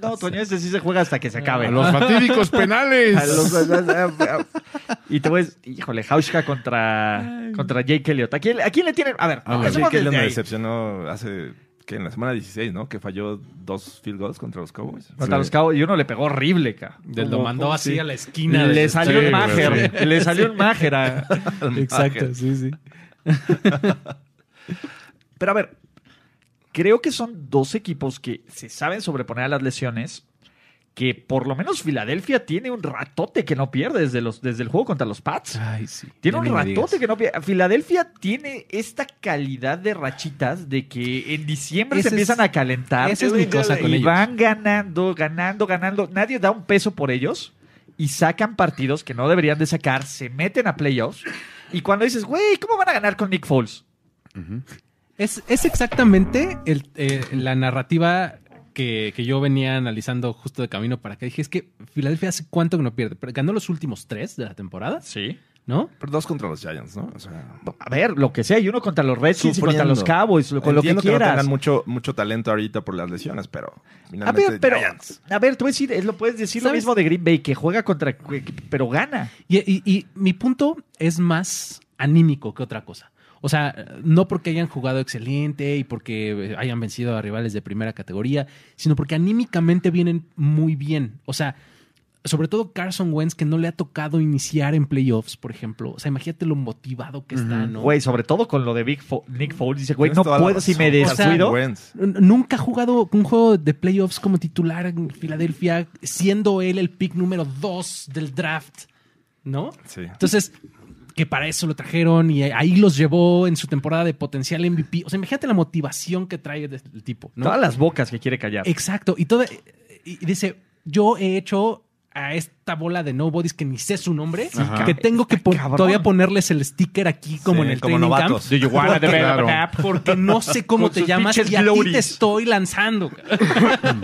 No, Toño, este sí se juega hasta que se acabe.
A los fatídicos penales.
A los-
Pues, eh,
Pues y te voy a decir, híjole, Hauschka contra, contra Jake Elliott. ¿A quién, ¿A quién le tienen? A ver,
A ver,
empecemos
que
desde
me
ahí.
decepcionó hace que en la semana 16, ¿no? Que falló dos field goals contra los Cowboys.
Contra los Cowboys y uno le pegó horrible, ca.
De- Lo mandó así a la esquina.
Le
del-
salió
Sí,
un
güey,
mager. Le salió un mager a-
Ah,
Exacto, sí, sí.
Pero a ver, creo que son dos equipos que se saben sobreponer a las lesiones, que por lo menos Filadelfia tiene un ratote que no pierde desde, los, desde el juego contra los Pats.
Ay, sí.
Tiene
Ah, Ya
un
ni me digas.
ratote que no pierde. Filadelfia tiene esta calidad de rachitas de que en diciembre
Ese
se empiezan
es-
a calentar.
esa es mi cosa con
y
ellos.
van ganando, ganando, ganando. Nadie da un peso por ellos y sacan partidos que no deberían de sacar, se meten a playoffs. Y cuando dices, güey, ¿cómo van a ganar con Nick Foles?
Es, es exactamente el, eh, la narrativa que, que yo venía analizando justo de camino para acá. Dije, es que Filadelfia hace cuánto que no pierde. Pero Ganó los últimos tres de la temporada,
Sí.
¿no?
Pero dos contra los Giants, ¿no? O sea,
A ver, lo que sea, y uno contra los Redskins y
sufriendo.
contra los Cowboys, lo- con lo que
Entiendo no
quieras.
tengan mucho, mucho talento ahorita por las lesiones, pero
a
finalmente
ver, pero,
Giants.
a ver, tú decir, es- lo puedes decir lo
¿Sabes?
mismo de Green Bay, que juega contra, pero gana.
Y, y- y mi punto es más anímico que otra cosa. O sea, no porque hayan jugado excelente y porque hayan vencido a rivales de primera categoría, sino porque anímicamente vienen muy bien. O sea, sobre todo Carson Wentz, que no le ha tocado iniciar en playoffs, por ejemplo. O sea, imagínate lo motivado que está, ¿no?
Güey, sobre todo con lo de Big Fo- Nick Foles, dice, güey,
Tienes
no
toda la
puedo si
razón.
me
O sea,
descuido.
Wentz.
N- Nunca ha jugado un juego de playoffs como titular en Filadelfia, siendo él el pick número dos del draft, ¿no?
Sí.
Entonces, que para eso lo trajeron y ahí los llevó en su temporada de potencial MVP. O sea, imagínate la motivación que trae de- el tipo, ¿no?
Todas las bocas que quiere callar.
Exacto. Y todo y dice, yo he hecho a esta bola de nobodies que ni sé su nombre,
Ajá.
que tengo que pon-
cabrón.
todavía ponerles el sticker aquí como
Sí,
en el
como
training
novatos.
camp.
Do you
wanna
Porque-
develop an app?
Porque no sé cómo
Con
te
sus
llamas
pinches
y a ti
glories.
te estoy lanzando. cabrón.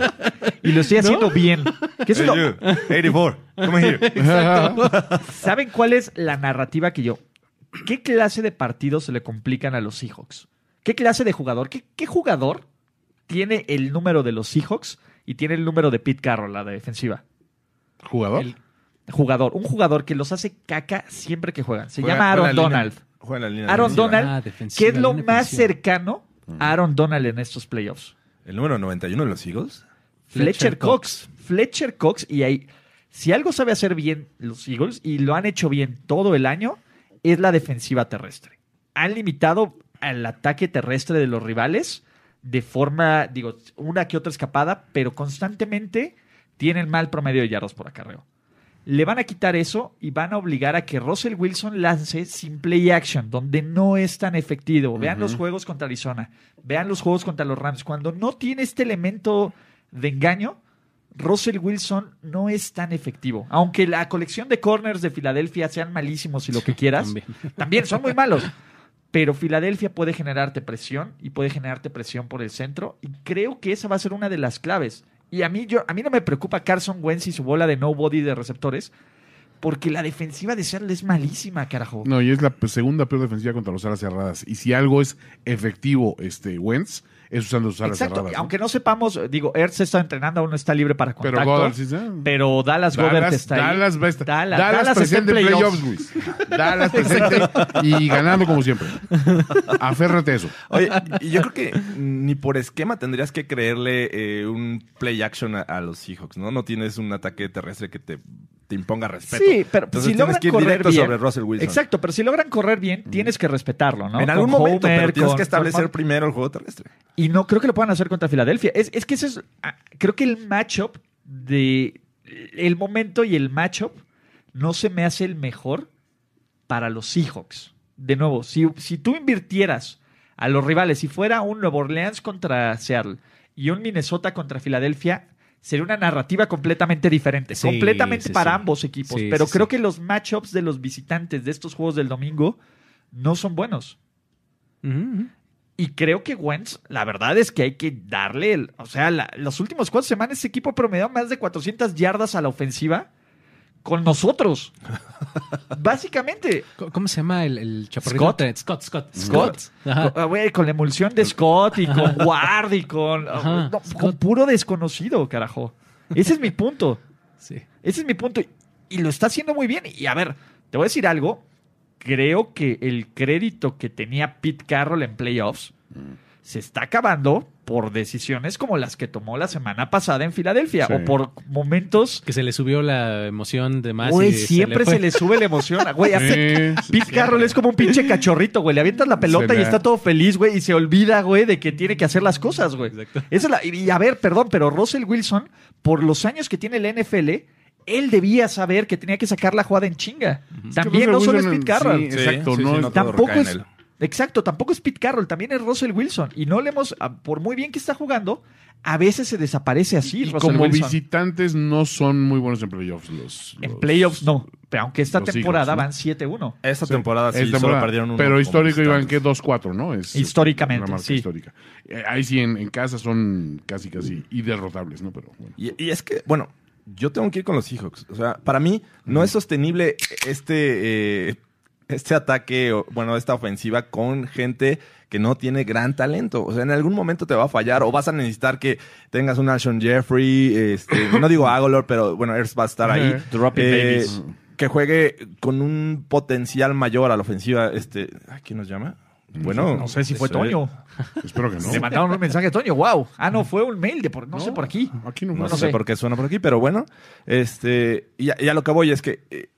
Y lo estoy haciendo bien. Que eso
Hey,
lo-
you, 84, come here.
¿Saben cuál es la narrativa que yo? ¿Qué clase de partidos se le complican a los Seahawks? ¿Qué clase de jugador? ¿Qué, qué jugador tiene el número de los Seahawks y tiene el número de Pete Carroll, la defensiva?
¿Jugador?
El-
Jugador, un jugador que los hace caca siempre que juegan. Se
Juega-
llama
juega
Aaron
la
Donald.
línea- juega la línea
Aaron
defensiva.
Donald,
Ah,
que
defensiva,
es lo
línea
más
defensiva.
cercano a Aaron Donald en estos playoffs.
El número 91 de los Eagles.
Fletcher
Fletcher
Cox. Fletcher Cox y ahí, si algo sabe hacer bien los Eagles y lo han hecho bien todo el año, es la defensiva terrestre. Han limitado al ataque terrestre de los rivales de forma, digo, una que otra escapada, pero constantemente tienen mal promedio de yardas por acarreo. Le van a quitar eso y van a obligar a que Russell Wilson lance sin play action, donde no es tan efectivo. Vean los juegos contra Arizona, vean los juegos contra los Rams. Cuando no tiene este elemento de engaño, Russell Wilson no es tan efectivo. Aunque la colección de corners de Filadelfia sean malísimos y lo que quieras,
También.
también son muy malos. Pero Filadelfia puede generarte presión y puede generarte presión por el centro. Y creo que esa va a ser una de las claves. Y a mí, yo, a mí no me preocupa Carson Wentz y su bola de nobody de receptores, porque la defensiva de Seattle es malísima, carajo.
No, y es la pe- segunda peor defensiva contra los alas cerradas. Y si algo es efectivo, este Wentz, es usando sus alas
Exacto.
cerradas. ¿no?
Aunque no sepamos, digo, Ertz está entrenando, aún no está libre para contacto.
pero
Pero
Goddard
Dallas,
sí está.
Gobert
Dallas,
está ahí.
Dallas va a estar.
Dallas-
Dallas,
Dallas está en
presente en
playoffs.
playoffs, Luis. Dallas presente y ganando como siempre. Aférrate a eso.
Oye, y yo creo que ni por esquema tendrías que creerle eh, un play action a, a los Seahawks, ¿no? No tienes un ataque terrestre que te, te imponga respeto.
Sí, pero
Entonces
si
tienes
logran
que ir
correr
directo
bien.
sobre Russell Wilson.
Exacto, pero si logran correr bien, tienes que respetarlo, ¿no?
En algún
Con
momento, pero
Homer,
tienes
con-
que establecer
con-
primero el juego terrestre.
Y no creo que lo puedan hacer contra Filadelfia. Es, es que ese es. ah, Creo que el matchup de. El momento y el matchup no se me hace el mejor para los Seahawks. De nuevo, si, si tú invirtieras a los rivales, si fuera un Nuevo Orleans contra Seattle y un Minnesota contra Filadelfia, sería una narrativa completamente diferente.
Sí,
completamente
sí,
para
sí.
ambos equipos.
Sí,
pero
sí,
creo
sí.
que los matchups de los visitantes de estos juegos del domingo no son buenos.
Ujú, ujú.
Y creo que Wentz, la verdad es que hay que darle, el- o sea, la- los últimos cuatro semanas ese equipo promedió más de 400 yardas a la ofensiva con nosotros. Básicamente,
Co- ¿Cómo se llama el, el chaparrito?
Scott.
Tre- Scott, Scott.
Scott,
Ajá.
co- ah, güey, con la emulsión de Scott y con Ward y con, ah,
Ajá,
no,
Scott.
con puro desconocido, carajo. Ese es mi punto.
Sí.
Ese es mi punto. Y- Y lo está haciendo muy bien. Y a ver, te voy a decir
Mm.
algo. Creo que el crédito que tenía Pete Carroll en playoffs se está acabando por decisiones como las que tomó la semana pasada en Filadelfia
Sí.
o por momentos
Que se le subió la emoción de más.
Güey,
y
siempre se le,
fue.
sube la emoción. Güey, hasta-
Sí, sí,
Pete Carroll es como un pinche cachorrito, güey. Le avientas la pelota
Se
y
le-
está todo feliz, güey. Y se olvida, güey, de que tiene que hacer las cosas, güey.
Exacto.
Esa es la- y, y a ver, perdón, pero Russell Wilson, por los años que tiene el NFL, él debía saber que tenía que sacar la jugada en chinga. También no solo es Pete Carroll.
Sí, exacto,
sí,
no
sí,
es-
no todo
Tampoco
recae en
es.
él.
Exacto, tampoco es Pete Carroll, también es Russell Wilson. Y no le hemos, a- por muy bien que está jugando, a veces se desaparece así.
Y
Russell
como
Wilson.
visitantes no son muy buenos en playoffs. Los,
En
los-
playoffs no, pero aunque esta
los Eagles,
temporada
¿no?
van 7-1.
Esta temporada sí,
Esta temporada.
solo perdieron uno.
Pero
como
histórico, Iván, que
visitantes.
2-4, ¿no? Es
Históricamente,
una marca
sí.
histórica. Eh, ahí sí, en, en casa son casi, casi derrotables, ¿no? Pero bueno.
Y, y es que, bueno, yo tengo que ir con los Seahawks. O sea, para mí no es sostenible este, eh, este ataque, o, bueno, esta ofensiva con gente que no tiene gran talento. O sea, en algún momento te va a fallar o vas a necesitar que tengas un Alshon Jeffrey, este, no digo Agolor, pero bueno, Earth va a estar ahí. Eh,
Ujú. Dropping Davis.
Que juegue con un potencial mayor a la ofensiva. Este, ay, ¿Quién nos llama? Bueno,
No sé si fue
eso, eh.
Toño.
Espero que no.
Le mandaron un mensaje a Toño, wow. Ah, no, fue un mail de por, no, sé por aquí.
Aquí no,
No,
pasa.
no
sé
sé.
por qué suena por aquí, pero bueno. Este, y a, y a lo que voy es que eh,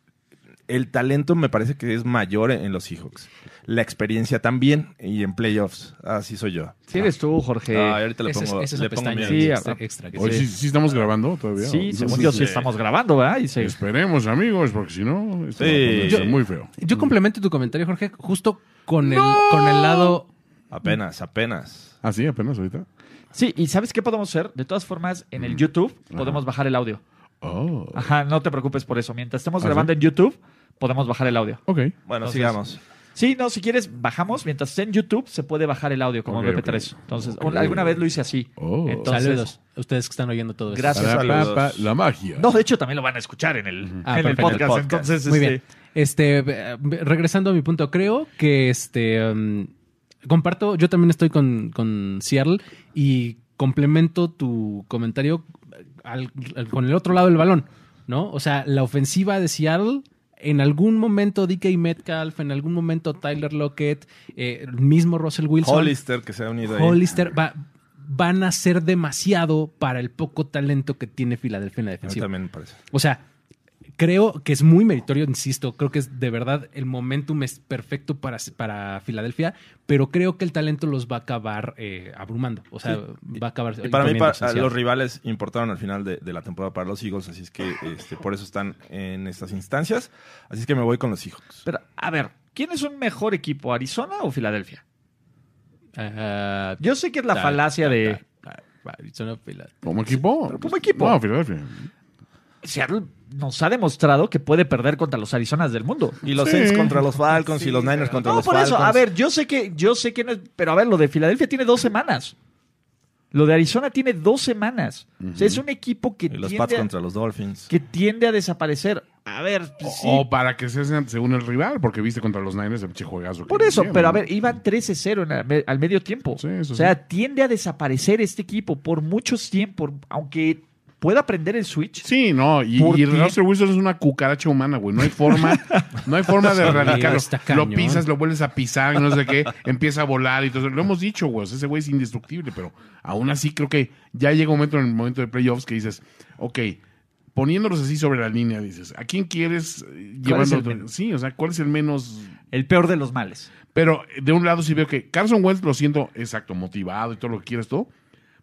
el talento me parece que es mayor en, en los Seahawks. La experiencia también y en playoffs. Así soy yo.
Sí, eres tú, Jorge.
Ah, ahorita le
eh, Esa es-
pongo,
esa es
le
la
pongo
pestaña
miedo.
Sí,
extra,
ah,
extra que
Hoy
se-
sí, sí estamos grabando todavía.
sí,
¿no?
según yo sí estamos grabando, ¿verdad? Y se-
Esperemos, amigos, porque si no, esto va a
Sí.
ponerse
Yo-
muy feo.
Yo complemento tu comentario, Jorge, justo con, el, con el lado.
Apenas, apenas.
Ah, sí, apenas ahorita.
Sí, y ¿sabes qué podemos hacer? De todas formas, en el YouTube podemos bajar el audio.
Mm. Oh.
Ajá, no te preocupes por eso. Mientras estemos
¿Ah,
grabando en YouTube, podemos bajar el audio.
Ok.
Bueno,
Entonces,
sigamos.
Sí, no, si quieres, bajamos. Mientras esté en YouTube, se puede bajar el audio como
Ok,
MP3.
ok.
Entonces,
Ok.
alguna vez lo hice así.
Oh.
Entonces-
Saludos. a Ustedes que están oyendo todo esto.
Gracias.
Para,
Saludos.
pa, pa, la magia.
No, de hecho, también lo van a escuchar en el,
Ah,
en el
perfecto,
podcast.
en el podcast.
Entonces,
Muy
este,
bien. Este, eh, regresando a mi punto, creo que este um, comparto, yo también estoy con, con Seattle y complemento tu comentario al- al- con el otro lado del balón, ¿no? O sea, la ofensiva de Seattle, en algún momento DK Metcalf, en algún momento Tyler Lockett, eh, el mismo Russell Wilson.
Hollister que se ha unido ahí.
Hollister va- van a ser demasiado para el poco talento que tiene Filadelfia en la
A mí
defensiva.
también me parece.
O sea, creo que es muy meritorio, insisto, creo que es de verdad el momentum es perfecto para, para Filadelfia, pero creo que el talento los va a acabar eh, abrumando. O sea, va a acabar.
Y para mí,
imponiéndose
para-
hacia-
los rivales importaron al final de, de la temporada para los Eagles, así es que este, por eso están en estas instancias. Así es que me voy con los Seahawks.
Pero, a ver, ¿quién es un mejor equipo, Arizona o Filadelfia?
Ah,
Yo sé que es la
ta,
falacia
ta,
de
ta, ta, ta, son of Fila-
Como equipo.
pero como equipo.
No, Filadelfia.
Seattle nos ha demostrado que puede perder contra los Arizonas del mundo.
Y los
Sí.
Saints contra los Falcons y los Niners contra
No,
los
por
Falcons.
eso, a ver, yo sé que, yo sé que no es- pero a ver, lo de Filadelfia tiene dos semanas. Lo de Arizona tiene dos semanas. O sea, es un equipo que
Y los
tiende,
Pats
a,
contra los Dolphins.
que tiende a desaparecer. A ver, pues, sí.
O para que se sean según el rival, porque viste contra los Niners el pinche juegazo. que
Por eso,
hicieron,
pero a
¿no?
ver, iban 13-0 en al, me- al medio tiempo.
Sí, eso
o sea,
sí.
tiende a desaparecer este equipo por muchos tiempos, aunque pueda prender el switch.
Sí, no, y,
¿Por
y
qué?
Russell Wilson es una cucaracha humana, güey. No hay forma, no hay forma de erradicarlo.
está
Lo
cañón.
pisas, lo vuelves a pisar, no sé qué, empieza a volar y todo. eso. Lo hemos dicho, güey. o sea, ese güey es indestructible, pero aún así creo que ya llega un momento en el momento de playoffs que dices, ok, poniéndolos así sobre la línea, dices, ¿a quién quieres eh,
es el
llevando?
menos?
Sí, o sea, ¿cuál es el menos?
El peor de los males.
Pero de un lado sí veo que Carson Wentz lo siento, exacto, motivado y todo lo que quieras, todo,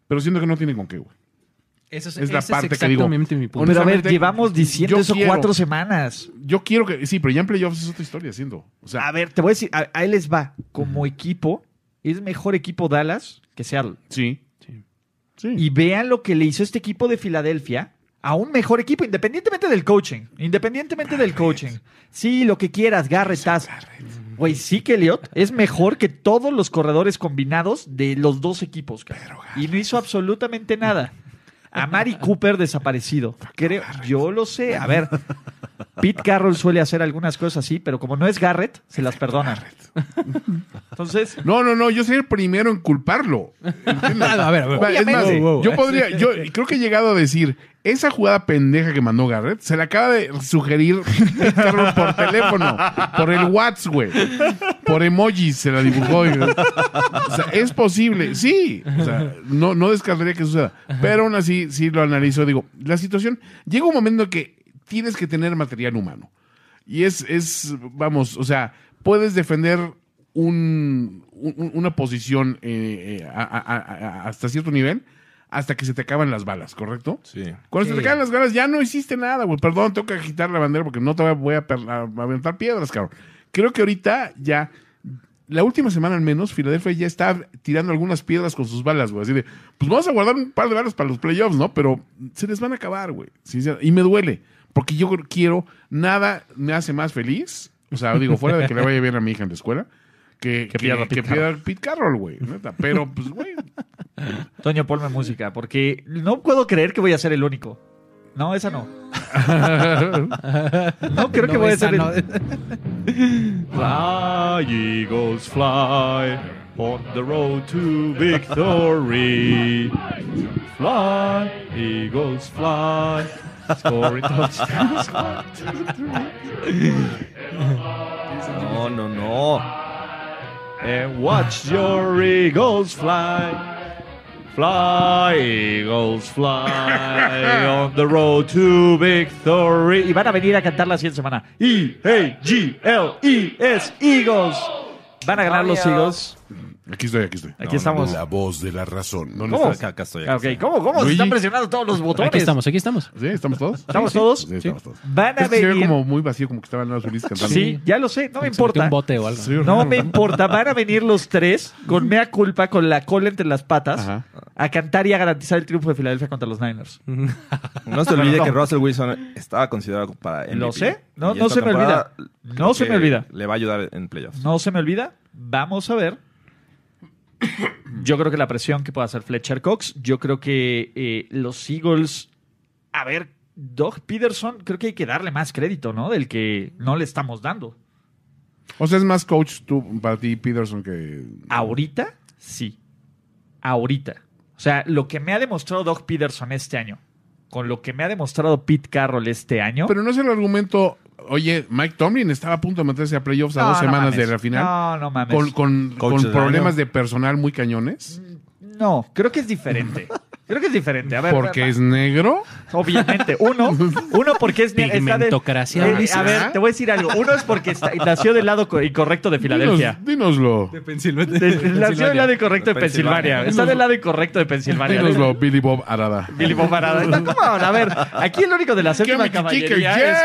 pero siento que no tiene con qué, güey.
Eso es,
Es la
ese
parte que digo.
exactamente mi punto.
Pero a ver,
Honestamente,
llevamos diciendo
yo
eso
quiero-
cuatro semanas.
Yo quiero que, sí, pero ya en playoffs es otra historia, siento. O sea,
A ver, te voy a decir, a, a él les va. Como equipo, es mejor equipo Dallas que Seattle.
Sí. Sí.
Y vean lo que le hizo este equipo de Filadelfia a un mejor equipo, independientemente del coaching. Independientemente del coaching. Sí, lo que quieras, Garrett, Taz. Güey, sí que Elliot es mejor que todos los corredores combinados de los dos equipos. cara. y no hizo absolutamente nada. A Mari Cooper desaparecido. Creo, yo lo sé. A ver, Pete Carroll suele hacer algunas cosas así, pero como no es Garrett, se las perdona. Entonces,
No, no, no, yo soy el primero en culparlo. ¿Entiendes?
A ver, eh, a ver.
Va, es más,
Obviamente. Wow, wow.
yo podría, yo creo que he llegado a decir, esa jugada pendeja que mandó Garrett, se la acaba de sugerir Pete Carroll por teléfono, por el WhatsApp, güey. Por emojis se la dibujó. y- o sea, es posible, sí. O sea, no, no descartaría que suceda. Pero aún así, sí lo analizo. Digo, la situación, llega un momento en que tienes que tener material humano. Y es, es vamos, o sea, puedes defender un, un- una posición eh, eh, a- a- a- a- hasta cierto nivel hasta que se te acaban las balas, ¿correcto?
Sí.
Cuando se te
Sí.
acaban las balas ya no hiciste nada, güey. Perdón, tengo que agitar la bandera porque no te voy a, per- a aventar piedras, cabrón. Creo que ahorita ya... La última semana al menos, Filadelfia ya está tirando algunas piedras con sus balas, güey. Así de, pues vamos a guardar un par de balas para los playoffs, ¿no? Pero se les van a acabar, güey. Sincer- Y me duele, porque yo quiero, nada me hace más feliz, o sea, digo, fuera de que le vaya bien a mi hija en la escuela, que, que,
pierda Pete
que pierda Pete Carroll, güey. neta. Pero, pues, güey,
Toño, ponme música, porque no puedo creer que voy a ser el único. No, esa no. No creo que
No,
voy a
esa
ser el
no.
Fly, Eagles, fly on the road to victory. Fly, Eagles, fly. Scoring touchdowns.
No, no, no.
And watch your eagles fly. Fly, eagles fly on the road to victory. Y van a venir a cantar la siguiente semana. E E-A-G-L-E-S, E Eagles. Van a ganar los Eagles.
aquí estoy, aquí estoy.
Aquí estamos.
La voz de la razón.
¿Cómo?
Acá, acá estoy. acá
Ah,
estoy.
ok, ¿cómo? ¿Cómo? Se
Luigi.
están presionando todos los botones.
Aquí estamos, aquí estamos.
¿Sí? ¿Estamos todos?
¿Estamos
Sí, sí.
todos?
Sí, estamos todos.
Van a
Es que se ve
venir.
como muy vacío, como que estaban los Ulises cantando.
Sí, ya lo sé, no me
Se metió
importa.
Un bote o algo.
Sí, ¿no?
No me importa, van a venir los tres con mea culpa, con la cola entre las patas,
Ajá.
a cantar y a garantizar el triunfo de Filadelfia contra los Niners.
No se olvide que Russell Wilson estaba considerado para MVP.
Lo sé. No-
Y
no
esta
se me
temporada
olvida.
creo
No se me
que
olvida.
Le va a ayudar en playoffs.
No se me olvida, vamos a ver. Yo creo que la presión que pueda hacer Fletcher Cox, yo creo que eh, los Eagles, a ver, Doug Peterson, creo que hay que darle más crédito, ¿no? Del que no le estamos dando.
O sea, es más coach tú, para ti, Peterson, que...
Ahorita, sí. Ahorita. O sea, lo que me ha demostrado Doug Peterson este año, con lo que me ha demostrado Pete Carroll este año.
Pero no es el argumento... Oye, Mike Tomlin estaba a punto de meterse a playoffs a
No,
dos
no
semanas
mames.
de la final.
No, no mames.
Con, con-
Coach
con
del
problemas
año.
de personal muy cañones.
No, creo que es diferente. Creo que es diferente. A ver,
Porque
va-
es negro.
Obviamente. Uno, uno porque es... está de-
Pigmentocracia.
Eh, a ver, te voy a decir algo. Uno es porque está- nació del lado co- incorrecto de Filadelfia.
Dinos- dínoslo.
Pensilvania.
De- nació del lado incorrecto de
De
Pensilvania.
Pensilvania.
Está del lado incorrecto de Pensilvania.
Dínoslo, Billy Bob Arada.
Billy Bob Arada. No, come on, a ver, aquí el único de la séptima
me critique,
caballería
James?
es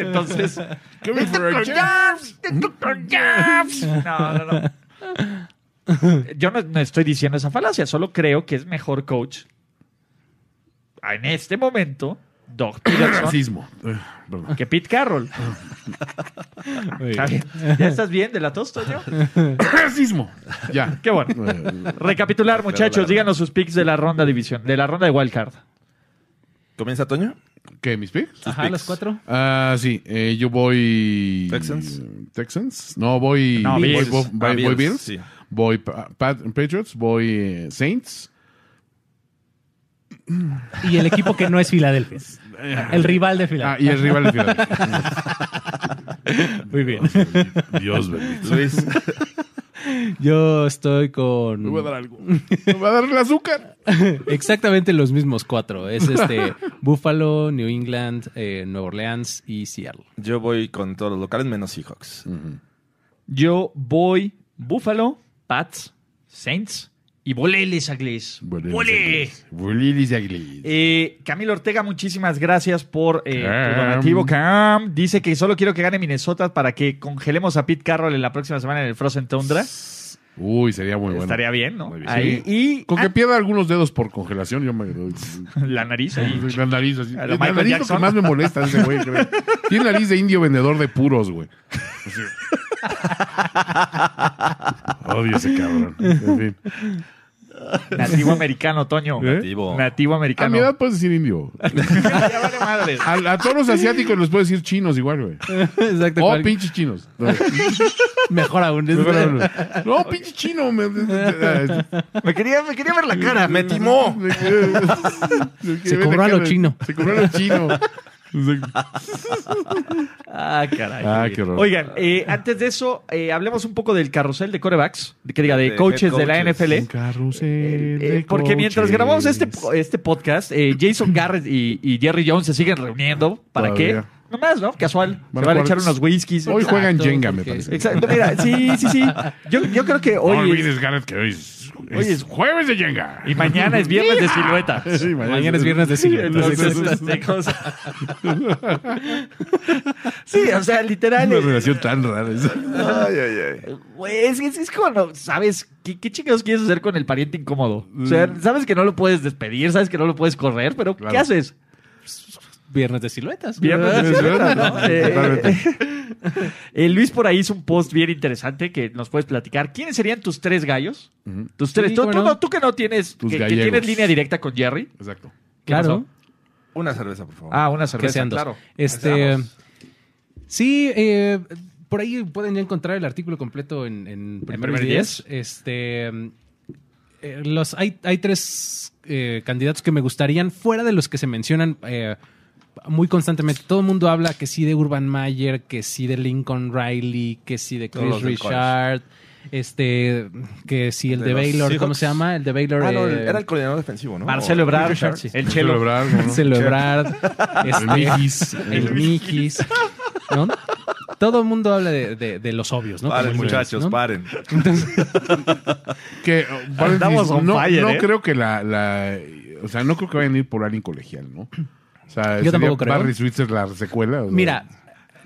entonces...
Give me for a
No, no, no. Yo no, no estoy diciendo esa falacia, solo creo que es mejor coach en este momento Doug Peterson
Racismo. Eh, perdón.
que Pete Carroll. Está bien. ¿Ya estás bien de la tos, Toño?
Racismo. Ya.
Qué bueno. Recapitular, muchachos, díganos sus picks de la ronda división, de la ronda de wildcard.
¿Comienza Toño?
¿Qué, mis picks?
Ajá, los cuatro.
Ah, sí, eh, yo voy.
Texans.
Texans. No, voy.
No,
voy,
Bills.
voy, voy-
Ah,
voy
Bills,
Bills.
sí.
Voy Pa- Pat- Patriots. Voy eh, Saints.
Y el equipo que no es Filadelfia. El rival de
Ah,
Filadelfia.
y el rival de Filadelfia.
Ah,
Muy bien.
Dios bendito.
Luis.
Yo estoy
Me voy a dar algo.
con
Me voy a dar el azúcar.
exactamente los mismos cuatro. Es este Buffalo, New England, eh, Nueva Orleans y Seattle.
Yo voy con todos los locales menos Seahawks.
Mm.
Yo voy Buffalo, Pats, Saints y voleles a Glees. Volé.
Bulilis Aguilis.
Eh, Camilo Ortega, muchísimas gracias por eh, tu
Cam.
donativo. Cam dice que solo quiero que gane Minnesota para que congelemos a Pete Carroll en la próxima semana en el Frozen Tundra.
Uy, sería muy bueno.
Estaría bien, ¿no?
Muy bien.
Ahí. Y
Con que
ah,
pierda algunos dedos por congelación, yo me doy.
la nariz ahí.
Pues,
La nariz así.
A
La
lo
nariz
Michael
lo que
Jackson.
más me molesta de ese güey, creo. Tiene nariz de indio vendedor de puros, güey. Así. Odio ese cabrón. En fin.
Nativo americano, Toño.
Nativo.
Nativo
A mi edad
americano.
puedes decir indio.
Ya vale madres.
A, a todos los asiáticos les puedes decir chinos igual, güey.
Exacto.
Oh,
cual-
pinches chinos. No,
Mejor aún. es-
no, pinche chino. me-
Me quería, me quería ver la cara.
Me timó.
Se
cobró a lo chino.
Se cobró a lo chino.
Ah, caray.
Ah, qué horror.
Oigan, eh, antes de eso, eh, hablemos un poco del carrusel de corebacks, de- que diga, de
De
coaches
head
de la
coaches.
NFL.
Un carrusel
Eh,
de
eh, porque mientras
coches.
grabamos este, po- este podcast, eh, Jason Garrett y, y Jerry Jones se siguen reuniendo. ¿Para
Todavía.
qué? Nomás, ¿no? Casual.
Van
se
a
van a
jugar-
echar unos whiskies. Ah,
Hoy juegan
Exacto,
Jenga, me
porque-
parece.
Exacto. Mira, sí, sí, sí. Yo, yo creo que
no
hoy. es-
olvides, Gareth, que hoy es,
Hoy
es
es-
jueves de Jenga.
y mañana es viernes de silueta.
Sí,
Mañana es viernes de cine.
Entonces, este, cosa- sí, o sea, literal.
Una
eh,
relación tan rara. esa.
Ay, ay, ay.
Güey, es, es, es cuando, ¿sabes? ¿Qué, qué chingados quieres hacer con el pariente incómodo? O sea, sabes que no lo puedes despedir, sabes que no lo puedes correr, pero ¿qué
Claro.
haces?
Viernes de siluetas.
Viernes de
Es verdad,
¿no? Eh, eh, Luis por ahí hizo un post bien interesante que nos puedes platicar. ¿Quiénes serían tus tres gallos? Tus tres.
Sí,
tú,
cómo
tú
no.
no- tú que no tienes,
Tus
que, que
gallegos.
tienes línea directa con Jerry.
Exacto.
Claro.
pasó?
Una cerveza, por favor.
Ah, una
que
cerveza,
sean dos.
claro.
Este,
Empezamos.
sí, eh, por ahí pueden ya encontrar el artículo completo en, en Primeros
Primer
Días. Este, eh, los, hay, hay tres eh, candidatos que me gustarían, fuera de los que se mencionan eh, muy constantemente. Todo el mundo habla que sí de Urban Mayer, que sí de Lincoln Riley, que sí de
Todos
Chris
los del
Richard. Este, que sí, el
De
de,
los
Baylor, ¿cómo
Seahawks.
se llama? El de Baylor.
Ah, no, el-
eh,
era el coordinador defensivo,
Oh.
¿no?
Marcelo
O-
Ebrard,
Richard, sí.
el chelo.
Celebrar, ¿no?
Marcelo Ebrard,
El
este,
Mijis.
el Mijis, ¿no? Todo el mundo habla de, de- de los obvios, ¿no?
pues,
Paren,
Como el-
muchachos,
¿no?
paren.
Que, oh, paréntesis,
Andamos on
no,
fire,
no
¿eh?
creo que la, la- O sea, no creo que vayan a ir por alguien colegial, ¿no? O sea,
Yo tampoco creo.
Barry Switzer la secuela. o sea,
Mira,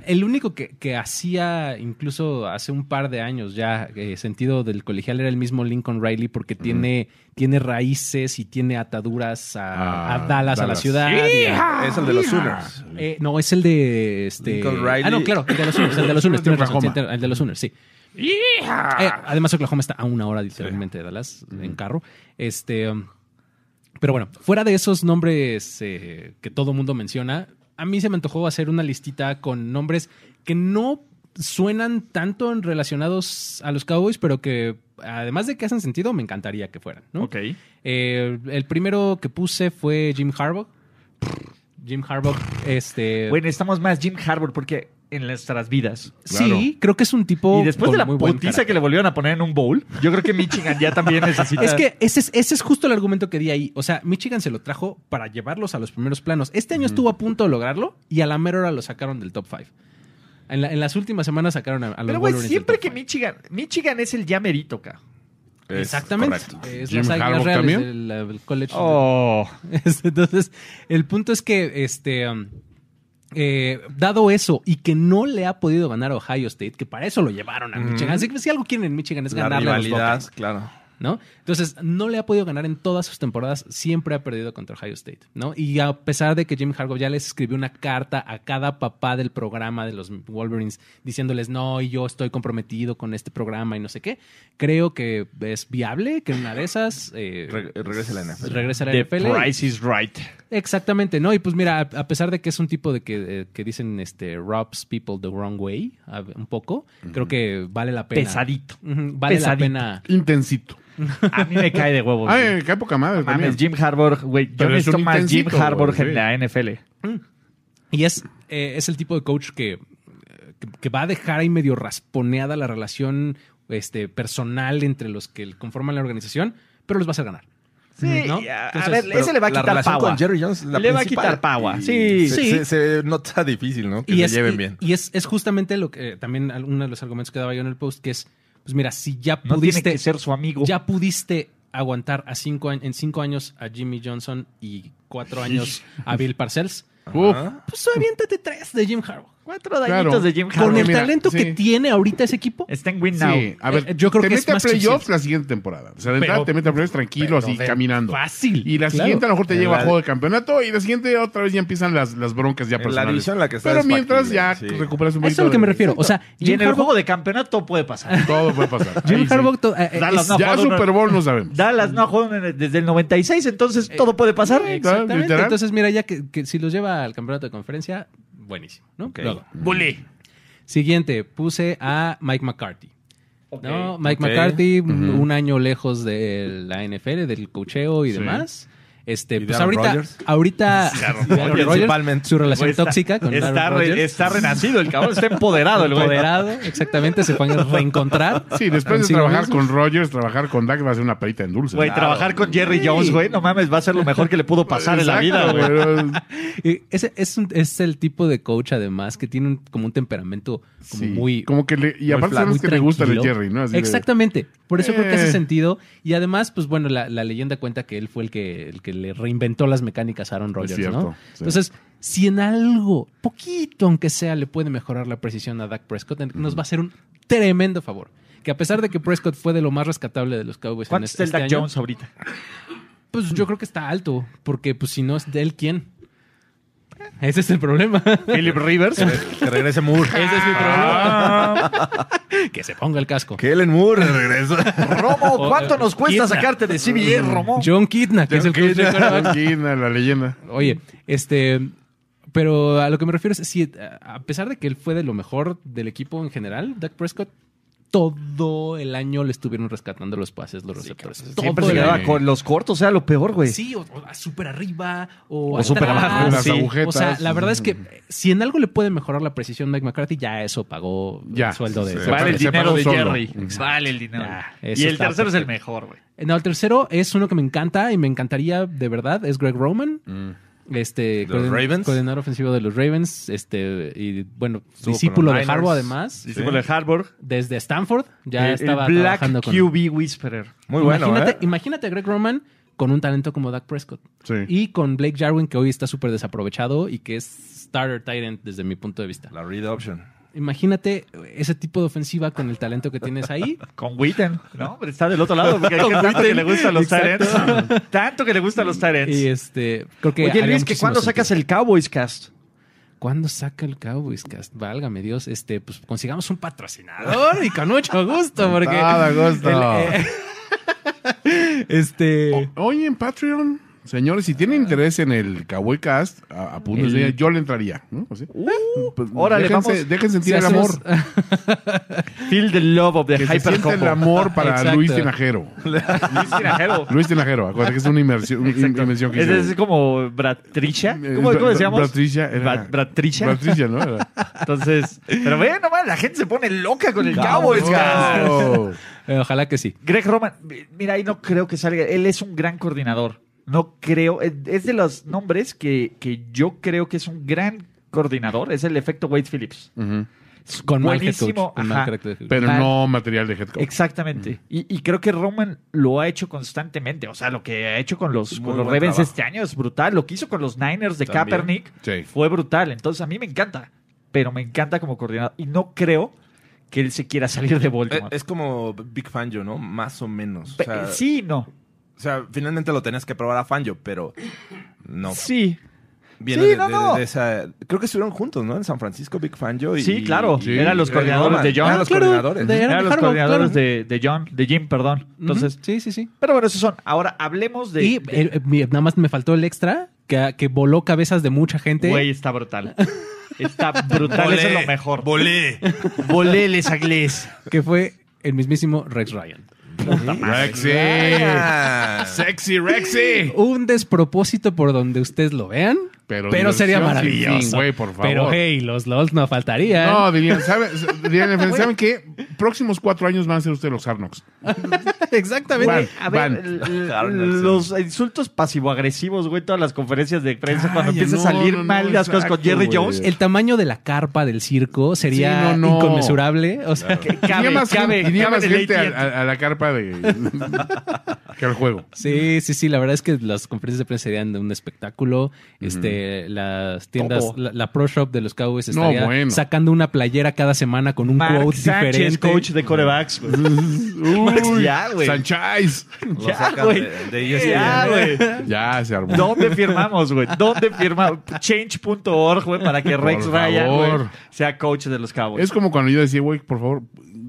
el único que, que hacía, incluso hace un par de años ya, eh, sentido del colegial era el mismo Lincoln Riley porque tiene, tiene raíces y tiene ataduras a,
Ah,
a Dallas, a la
Dallas.
ciudad. y a-
Es el de
Ah,
los Sooners.
Eh, no, es el de este.
Lincoln Riley.
Ah, no, claro, el de los Sooners, el de los Sooners,
De
tienes razón,
Oklahoma.
sí, el de los Sooners, sí.
Ah.
Eh, además, Oklahoma está a una hora literalmente de Dallas en carro. Este, um, pero bueno, fuera de esos nombres eh, que todo mundo menciona, a mí se me antojó hacer una listita con nombres que no suenan tanto en relacionados a los Cowboys, pero que además de que hacen sentido, me encantaría que fueran. ¿no?
Ok.
Eh, el primero que puse fue Jim Harbaugh. Jim Harbaugh, este.
Bueno, necesitamos más Jim Harbour porque en nuestras vidas.
sí, creo que es un tipo.
Y después
con
de la
muy buen
putiza
carácter.
que le volvieron a poner en un bowl, yo creo que Michigan ya también necesita.
Es que ese es, ese es justo el argumento que di ahí. O sea, Michigan se lo trajo para llevarlos a los primeros planos. Este año estuvo a punto de lograrlo y a la mera hora lo sacaron del top 5. En, la- en las últimas semanas sacaron a, a los
Pero, güey,
Wolverines del
siempre
top
que
five.
Michigan. Michigan es el ya merito, ca.
Es
Exactamente.
correcto.
Es
Jim
las águilas
Harbaugh
reales
también.
del, eh, del college.
Oh.
Entonces, el punto es que, este, um, eh, dado eso y que no le ha podido ganar a Ohio State, que para eso lo llevaron a Michigan. Así que pues, si algo quieren en Michigan es
La
ganarle a los
rivalidad,
Buckeyes,
claro.
¿no? Entonces, no le ha podido ganar en todas sus temporadas. Siempre ha perdido contra Ohio State, ¿no? Y a pesar de que Jim Harbaugh ya les escribió una carta a cada papá del programa de los Wolverines diciéndoles, no, y yo estoy comprometido con este programa y no sé qué, creo que es viable que en una de esas... eh,
Re- regrese a la NFL.
Regrese a la
The
NFL.
price is right.
Exactamente, ¿no? Y pues mira, a, a pesar de que es un tipo de que, eh, que dicen este rubs people the wrong way, a- un poco, creo que vale la pena.
Pesadito.
Ujú, vale
Pesadito.
la pena.
Intensito.
A mí me cae de huevos. güey.
Ay, qué poca madre.
Mames,
también.
Jim Harbour, güey. Yo
Pero es un
necesito más Jim
intensito,
Harbour
güey,
en la NFL.
Y es, eh, es el tipo de coach que, eh, que, que va a dejar ahí medio rasponeada la relación este, personal entre los que conforman la organización, pero los va a hacer ganar.
Sí,
¿no?
y a, a
Entonces,
ver, ese le va a
la
quitar
relación
pagua.
con Jerry Jones es la
Le va a
principal.
quitar pagua,
Y
sí.
Se,
Sí.
se- se nota difícil, ¿no? Que se
es,
lleven bien.
y es, es justamente lo que eh, también uno de los argumentos que daba yo en el post, que es, pues mira, si ya
No
pudiste...
tiene que ser su amigo.
ya pudiste aguantar a cinco años, en cinco años a Jimmy Johnson y cuatro años a Bill Parcells,
Uf,
pues aviéntate tres de Jim Harbaugh.
Cuatro dañitos de Jim
Claro,
Con el
Harbaugh.
mira,
talento
sí.
que tiene ahorita ese equipo,
Está en Win Now.
Sí, a ver,
Eh, yo creo
te
que es
mete
más
a
que
playoffs
suficiente.
la siguiente temporada. O sea, de
Pero-
entrada te mete a playoffs tranquilo,
pero
así
de-
caminando.
fácil.
Y la
claro.
siguiente a lo mejor te
En
lleva
la-
a juego de campeonato y la siguiente otra vez ya empiezan las, las broncas ya
En la
personales.
división en la que está
Pero
es
mientras
factible,
ya
sí.
recuperas un
A
poquito.
eso es a lo que
de-
me refiero. O sea,
Y en
Jim
el
Harbaugh-
juego de campeonato puede pasar.
Todo puede pasar. Ahí
Jim
sí.
Harbaugh to- eh, eh,
Dallas
es-
no
Ya
jugaron una-
Super Bowl no sabemos.
Dallas no ha jugado en el- desde el 96, entonces todo puede pasar.
Exactamente.
literal.
Entonces, mira, ya que, que si los lleva al campeonato de conferencia, buenísimo. ¿no? Luego. Siguiente, puse a Mike McCarthy. ¿no? Mike
Ok.
McCarthy, un año lejos de la NFL, del cocheo y demás. Este,
¿Y
pues
Darren
ahorita,
Rodgers?
ahorita y Darren Rodgers,
Principalmente.
su relación
Pues, Está-
tóxica con
está,
Darren
re-
Rodgers.
está renacido el cabrón, está empoderado el güey.
Empoderado, exactamente, se van a reencontrar.
Sí, después de
Consigo
trabajar
mismo.
con Rogers, trabajar con Dak va a ser una perita en dulce.
Güey, trabajar con Jerry Jones, güey, no mames, va a ser lo mejor que le pudo pasar en la vida,
Exacto,
güey.
güey.
Y Eh, ese es, un- es el tipo de coach, además, que tiene un- como un temperamento como
Sí,
muy.
como que le, y
muy
aparte
flat, muy
sabes que le gusta el
tranquilo.
Jerry, ¿no? Así de-
Exactamente. Por eso creo que hace
Eh.
sentido. Y además, pues bueno, la, la leyenda cuenta que él fue el que, el que le reinventó las mecánicas a Aaron Rodgers,
cierto,
¿no?
sí.
Entonces, si en algo, poquito aunque sea, le puede mejorar la precisión a Dak Prescott, nos va a hacer un tremendo favor. Que a pesar de que Prescott fue de lo más rescatable de los Cowboys en
¿Cuánto está
este,
el Dak
este año,
Jones ahorita?
pues yo creo que está alto, porque pues si no es de él, ¿quién? Ese es el problema.
Philip Rivers.
Que regrese Moore. Ah,
Ese es mi problema. que se ponga el casco.
Que Ellen Moore regresa.
Romo, ¿cuánto nos cuesta
Kidna.
sacarte de CBA, Romo?
John Kidna, que es el coach de quarterbacks.
John Kidna, la leyenda.
Oye, este. Pero a lo que me refiero es, sí, a pesar de que él fue de lo mejor del equipo en general, Dak Prescott, todo el año le estuvieron rescatando los pases, los receptores. Todo
Siempre se
el
quedaba
año.
con los cortos, era lo peor, güey.
Sí, o, o a súper arriba, o,
O súper
atrás.
abajo,
las
sí.
agujetas.
O sea, la verdad es que eh, si en algo le puede mejorar la precisión Mike McCarthy, ya eso pagó
Ya.
el sueldo de...
Se
Vale el
se
dinero
pagó
de
solo.
Jerry. Vale el dinero.
Ah, eso
y el
está
tercero es el
perfecto.
mejor, güey.
Eh, No, el tercero es uno que me encanta y me encantaría de verdad, es Greg Roman. Este,
Mm. ¿De los Ravens?
coordinador ofensivo de los Ravens, este, y bueno,
Estuvo
discípulo
con
de
los
Harbaugh
Niners.
además,
Sí.
Discípulo de Harvard.
desde Stanford, ya
el,
estaba
el Black
trabajando con...
QB Whisperer.
Muy bueno,
imagínate,
¿eh?
imagínate a Greg Roman con un talento como Dak Prescott
Sí.
y con Blake Jarwin que hoy está súper desaprovechado y que es starter tight end desde mi punto de vista.
La read option.
Imagínate ese tipo de ofensiva con el talento que tienes ahí.
Con Witten. No, hombre, está del otro lado. Porque hay que tanto que le gustan los Tyrants. Tanto que le gustan los
y
Tyrants.
este, creo que
Oye,
haría
Luis, que
muchísimo
¿cuándo
sentido.
sacas el Cowboys Cast?
¿Cuándo saca el Cowboys Cast? Válgame Dios, este, pues consigamos un patrocinador y con mucho gusto, porque.
Nada, gusto.
el- este.
Oye, en Patreon, señores, si tienen interés en el Cowboy Cast, a- apúntense,
El-
yo le entraría. ¿no? Así.
Uh.
Pues,
órale,
déjense,
vamos.
Dejen sentir el
se
amor.
hace-
Feel the love of the
Que se sienta el
hyper
amor para
Exacto.
Luis Tinajero. Luis Tinajero, acuérdate que es una inmersión, una invención que
Es,
hizo.
es como Bratricia.
Eh,
¿Cómo,
Bra-
¿Cómo decíamos?
Bratricia era-
Bra- Bratricia.
Patricia, ¿no? Era-
Entonces, pero ve nomás, la gente se pone loca con el Cowboys Cast.
Oh.
eh, ojalá que sí.
Greg Roman, mi- mira, ahí no creo que salga. Él es un gran coordinador. No creo. eh, Es de los nombres que, que yo creo que es un gran coordinador. Es el efecto Wade Phillips.
Ujú.
Con mal head
Buenísimo,
coach, con mal
ajá.
carácter de head coach.
Pero
Mal.
no material de head coach.
Exactamente. Y, y creo que Roman lo ha hecho constantemente. O sea, lo que ha hecho con los,
Muy
con los
buen
Ravens
trabajo.
este año es brutal. Lo que hizo con los Niners de
También.
Kaepernick
Sí.
fue brutal. Entonces, a mí me encanta. Pero me encanta como coordinador. Y no creo que él se quiera salir de
Eh,
Baltimore.
Es como Big Fangio, ¿no? Más o menos. O
Pe-
sea,
sí, no.
o sea, finalmente lo tenías que probar a Fangio, pero no.
Sí.
Viene
Sí,
de,
no,
de-
no.
de esa- Creo que estuvieron juntos, ¿no? En San Francisco, Big Fangio y.
Sí, claro.
y-
Eran los
y-
coordinadores de John.
Eran los
Claro,
coordinadores.
de-
Eran
Eran
los
Harbaugh,
coordinadores
claro.
de, de John, de Jim, perdón. Entonces,
Ujú, sí, sí, sí.
pero bueno, esos son. Ahora hablemos de.
y
de-
eh, mi- nada más me faltó el extra que, que voló cabezas de mucha gente.
Güey, está brutal. Está brutal,
Volé,
eso es lo mejor.
Volé.
Volé les aglés.
Que fue el mismísimo Rex Ryan.
Rexy.
Ah.
Sexy Rexy.
Un despropósito por donde ustedes lo vean.
Pero
Pero,
diversión
sería
sin
maravilloso.
fin, güey, por favor.
Pero hey, los LOLs no faltarían.
No, dirían, ¿saben, dirían, en fin, ¿saben qué? Próximos cuatro años van a ser ustedes los Arnox.
Exactamente.
Van,
A ver,
van.
l- l-
Arnold, sí.
los insultos pasivo-agresivos, güey, todas las conferencias de prensa, cuando
Ay,
empieza a
no,
salir
no, no,
mal las cosas con
exacto,
Jerry
güey.
Jones.
El tamaño de la carpa del circo sería
Sí, no, no.
inconmensurable. O sea, que-
Iría
Cabe,
más
cabe,
gente, iría
cabe
más
en el
gente a,
AT&T.
a- a la carpa de, que al juego.
sí, sí, sí. La verdad es que las conferencias de prensa serían de un espectáculo. Este, que las tiendas,
Todo.
la, la Pro Shop de los Cowboys
No,
estaría
bueno.
sacando una playera cada semana con un
Mark
quote
Sánchez,
diferente.
coach de corebacks, güey.
Uy,
ya, güey.
Sanchais.
Lo
Ya,
sacan
güey.
de- de ESPN.
Ah,
Ya, güey.
Ya se armó.
¿Dónde firmamos, güey? ¿Dónde firmamos? Change.org, güey, para que Rex
Por
Ryan
favor.
güey, sea coach de los Cowboys.
Es como cuando yo decía, güey, por favor,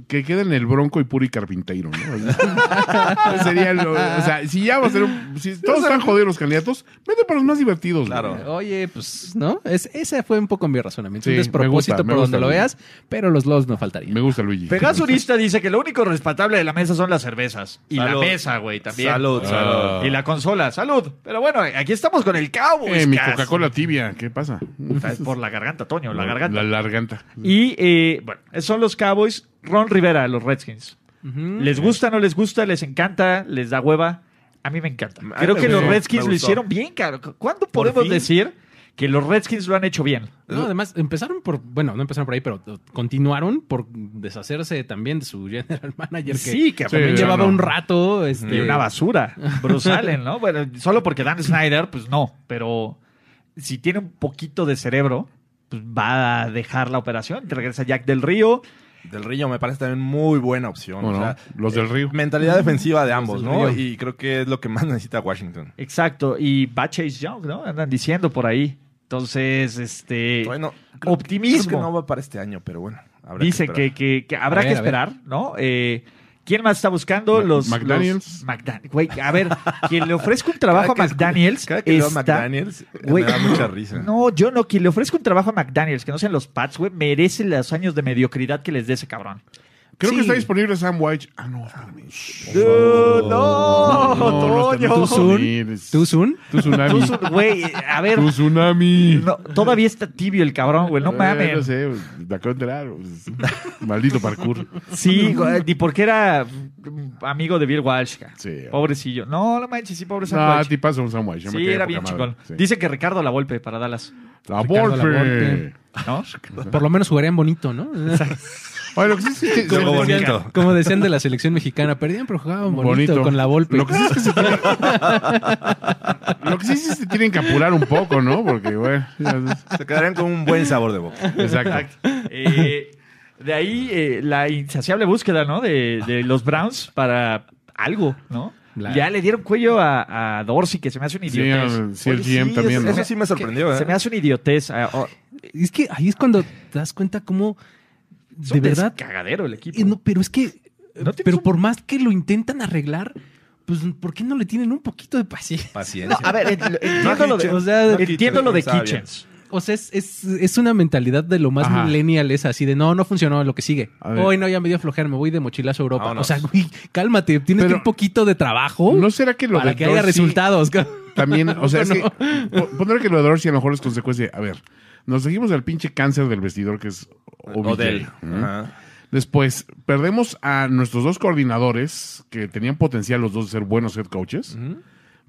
que queden el Bronco y Puri Carpinteiro, ¿no? Sería lo- o sea, si ya va a ser un- si todos están jodidos los candidatos, vete para los más divertidos. güey.
Claro.
Oye, pues, ¿no? Es, ese fue un poco mi razonamiento.
Sí,
un
me
despropósito
gusta, me
por
gusta,
donde lo
Luigi.
veas, pero los lobos no faltarían.
Me gusta Luigi.
Pegasurista dice que lo único respetable de la mesa son las cervezas. Y
Salud.
la mesa, güey, también. Ah.
Salud, salud.
Y la consola, salud. Pero bueno, aquí estamos con el Cowboys.
Eh, mi
Cas.
Coca-Cola tibia, ¿qué pasa?
Puta, es Por la garganta, Toño, la garganta.
La larganta.
Y eh, bueno, esos son los Cowboys. Ron Rivera, los Redskins. ¿Les gusta, no les gusta? ¿Les encanta? ¿Les da hueva? A mí me encanta.
mí
Creo
me
que los
gustó,
Redskins
me
lo
gustó.
hicieron bien, cabrón. ¿Cuándo podemos
fin.
decir que los Redskins lo han hecho bien?
No, además empezaron por, bueno, no empezaron por ahí, pero eh, continuaron por deshacerse también de su general manager que
Sí, que
también
Sí,
llevaba
no.
un rato. Este,
Y una basura. Bruce Allen, ¿no? Bueno, solo porque Dan Snyder, pues no. Pero si tiene un poquito de cerebro, pues va a dejar la operación. Te regresa Jack del Río.
Del Río me parece también muy buena opción.
¿Cómo
o
no?
sea,
Los
eh,
del Río.
mentalidad defensiva de ambos,
Del
¿no?
Río.
Y creo que es lo que más necesita Washington.
Exacto. Y va Chase Young, ¿no? Andan diciendo por ahí. Entonces, este.
Bueno,
optimismo.
Creo que no va para este año, pero bueno. habrá
Dice
esperar.
que, que- que habrá
A ver,
que
a ver.
esperar, ¿no? Eh, ¿Quién más está buscando?
Ma-
los
McDaniels.
los McDan- güey, a ver, quien le ofrezca un trabajo
Cada
a
que-
McDaniels.
Cada que leo a
está-
McDaniels eh,
güey,
me da mucha risa.
No, yo no. Quien le ofrezca un trabajo a McDaniels, que no sean los Pats, güey, merece los años de mediocridad que les dé ese cabrón.
Creo
Sí.
que está disponible Sam White. Ah, no, espérame.
no,
no,
Oh, Toño.
no
¿Tú,
está-
Zun?
Joder.
¿Tú, Zun?
Tu tsunami.
Tú, su- Güey, a ver,
Tu tsunami.
no, todavía está tibio el cabrón, güey, no
Eh, No
mames.
sé, me acabo de enterar. pues, Maldito parkour.
Sí, güey, ni porque era mm, amigo de Bill Walsh. ca.
Sí.
Pobrecillo. No, no manches, sí, pobre Sam
No,
Walsh.
ti pasa un Sam White. yo me
Sí,
quedé
era
poca
bien
madre.
chingón.
Sí.
Dice que Ricardo la Volpe para Dallas,
La
Ricardo
Volpe.
Lavolpe.
¿no?
Por lo menos jugarían bonito, ¿no?
Oye, lo que sí es que-
Como
Como decían-
bonito.
Como decían de la selección mexicana, perdían, pero jugaban bonito,
Bonito.
con la Volpe.
Lo que sí es que se tienen, lo que sí es que se tienen que apurar un poco, ¿no? Porque, bueno. ya-
Se quedarían con un buen sabor de boca.
Exacto.
Eh, de ahí eh, la insaciable búsqueda, ¿no? De, de los Browns para algo, ¿no?
La-
Ya le dieron cuello a, a Dorsey, que se me hace un
Sí,
idiotez.
el- sí, el
Oye,
GM también.
eso-
¿no?
Eso sí me sorprendió, ¿eh?
Se me hace un idiotez. Ah, oh,
Es que ahí es cuando te das cuenta cómo,
es
de
un
verdad,
cagadero el equipo.
Eh, no, pero es que, eh,
No tienes
pero
un-
por más que lo intentan arreglar, pues, ¿por qué no le tienen un poquito de paciencia?
Paciencia.
No, a ver, ent- entiendo lo de,
o sea,
entiendo lo de
Kitchens,
Kitchens.
O sea, es, es, es una mentalidad de lo más
Ajá.
millennial esa, así de no, no funcionó lo que sigue.
A ver.
Hoy no, ya me dio flojera, me voy de mochilazo a Europa.
Vámonos.
O sea, güey, cálmate, tienes
Pero-
un poquito de trabajo
¿No será que lo
para
de
que haya
Dorsey
resultados. cabrón.
También, o sea, es
No.
que. po- Poner que lo de Dorsey a lo mejor es consecuencia. de, A ver, nos seguimos al pinche cáncer del vestidor que es. OBJ,
Odell.
¿no?
Ajá.
Después, perdemos a nuestros dos coordinadores, que tenían potencial los dos de ser buenos head coaches,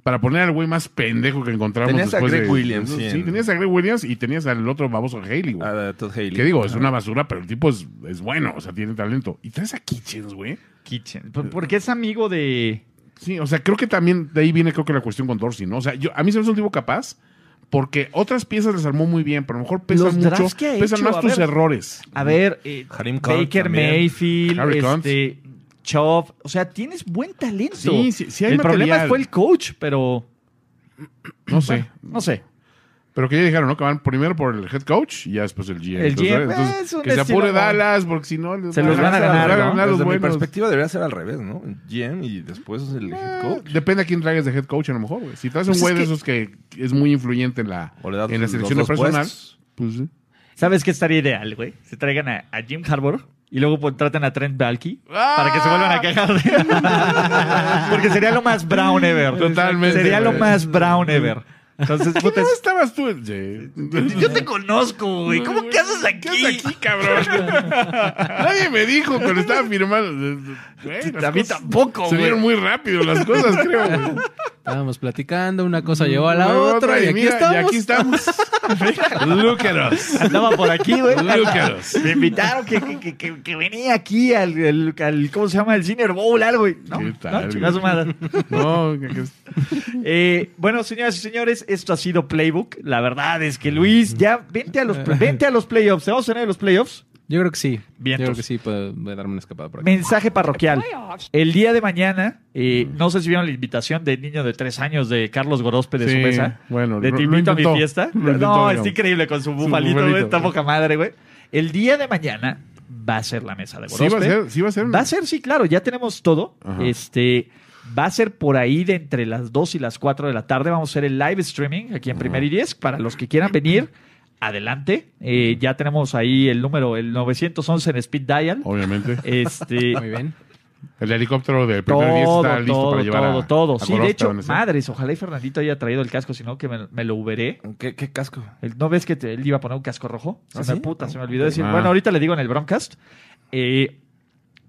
para poner al güey más pendejo que encontramos
Tenías a
después
Greg
de-
Williams,
Sí,
sí, en- Ah,
tenías a Greg Williams y tenías al otro baboso Haley, güey.
A Todd Haley.
Que digo, es una basura, pero el tipo es, es bueno, o sea, tiene talento. Y traes a Kitchens, güey.
Kitchens. Por- Porque es amigo de.
Sí, o sea, creo que también de ahí viene creo que la cuestión con Dorsey, ¿no? O sea, yo, a mí se me hace un tipo capaz porque otras piezas les armó muy bien, pero a lo mejor pesan
Los
mucho,
drafts que ha
pesan
hecho,
más
a
tus
ver.
errores.
A ver, eh,
Harim Khan
Baker
también.
Mayfield,
Harry
este, Chop. O sea, tienes buen talento.
Sí, sí, sí hay
El
material.
problema fue el coach, pero
No sé.
no sé.
Pero que ya dijeron, ¿no? Que van primero por el head coach y ya después el GM.
El GM, es un
que se
estilo,
apure
¿no?
Dallas, porque si no... Ah, les
Se los van a ganar,
les
¿no?
van los
Desde mi
buenos.
perspectiva debería ser al revés, ¿no? GM y después el head
Eh,
coach.
Depende a quién traigas de head coach, a lo mejor, güey. Si traes
Pues es
un güey de
que-
esos que es muy influyente en la,
O le das
en la
los
selección de
dos
personal,
puestos.
pues sí.
¿Sabes qué estaría ideal, güey? Se traigan a, a Jim Harbour y luego contratan a Trent Balky para que se vuelvan a cagar. Porque sería lo más brown ever.
Ah. Totalmente,
Sería lo
güey.
más brown ever. Entonces, puta,
¿Dónde
es-
estabas tú? eh, Sí.
yo te conozco, güey. ¿Cómo que haces aquí? aquí, cabrón?
Nadie me dijo cuando estaba firmando. Güey, las
A mí
cosas
tampoco,
Se
Oh, güey.
vieron muy rápido las cosas, creo. güey.
Estábamos platicando, una cosa llevó a la
Luego
otra, y, aquí
mira,
estamos.
Y aquí estamos. Look at us.
Andaba por aquí, güey.
Look at us.
Me invitaron que, que- que- que- que venía aquí al, al- al- ¿cómo se llama? El Senior Bowl, algo. y- No,
¿Qué tal,
no, chinga su madre.
No, que- que-
Eh, bueno, señoras y señores, esto ha sido Playbook. La verdad es que Luis, ya vente a los, vente a los playoffs. ¿Te vamos a tener los playoffs?
Yo creo que sí.
Vientos.
Yo creo que sí, puedo, voy a darme una escapada por aquí.
Mensaje parroquial. El día de mañana, eh,
Mm.
no sé si vieron la invitación del niño de tres años de Carlos Gorospe de
Sí,
su mesa.
bueno,
de
lo-
te
lo
invito a mi
intentó.
fiesta.
Lo intentó,
no,
digamos.
está increíble con su bufalito,
bufalito.
güey. Está poca madre, güey. El día de mañana va a ser la mesa de
Sí
Gorospe.
va a ser, sí va a ser.
Va a ser, sí, claro, ya tenemos todo.
Ajá.
Este va a ser por ahí de entre las 2 y las 4 de la tarde. Vamos a hacer el live streaming aquí en Primer y 10. Para los que quieran venir, adelante. Eh, ya tenemos ahí el número, el 911 en Speed Dial.
Obviamente.
Este,
Muy bien.
El helicóptero del primer 10
todo,
está listo
todo,
para llevar
todo,
a,
todo.
a
Sí,
Gorospe,
de hecho,
van a ser.
madres, ojalá y Fernandito haya traído el casco, sino que me, me lo uberé.
¿Qué, qué casco?
El- ¿No ves que te- él iba a poner un casco rojo? Se
¿Ah,
me
sí?
puta, se me olvidó decir.
Ah.
Bueno, ahorita le digo en el broadcast. Eh,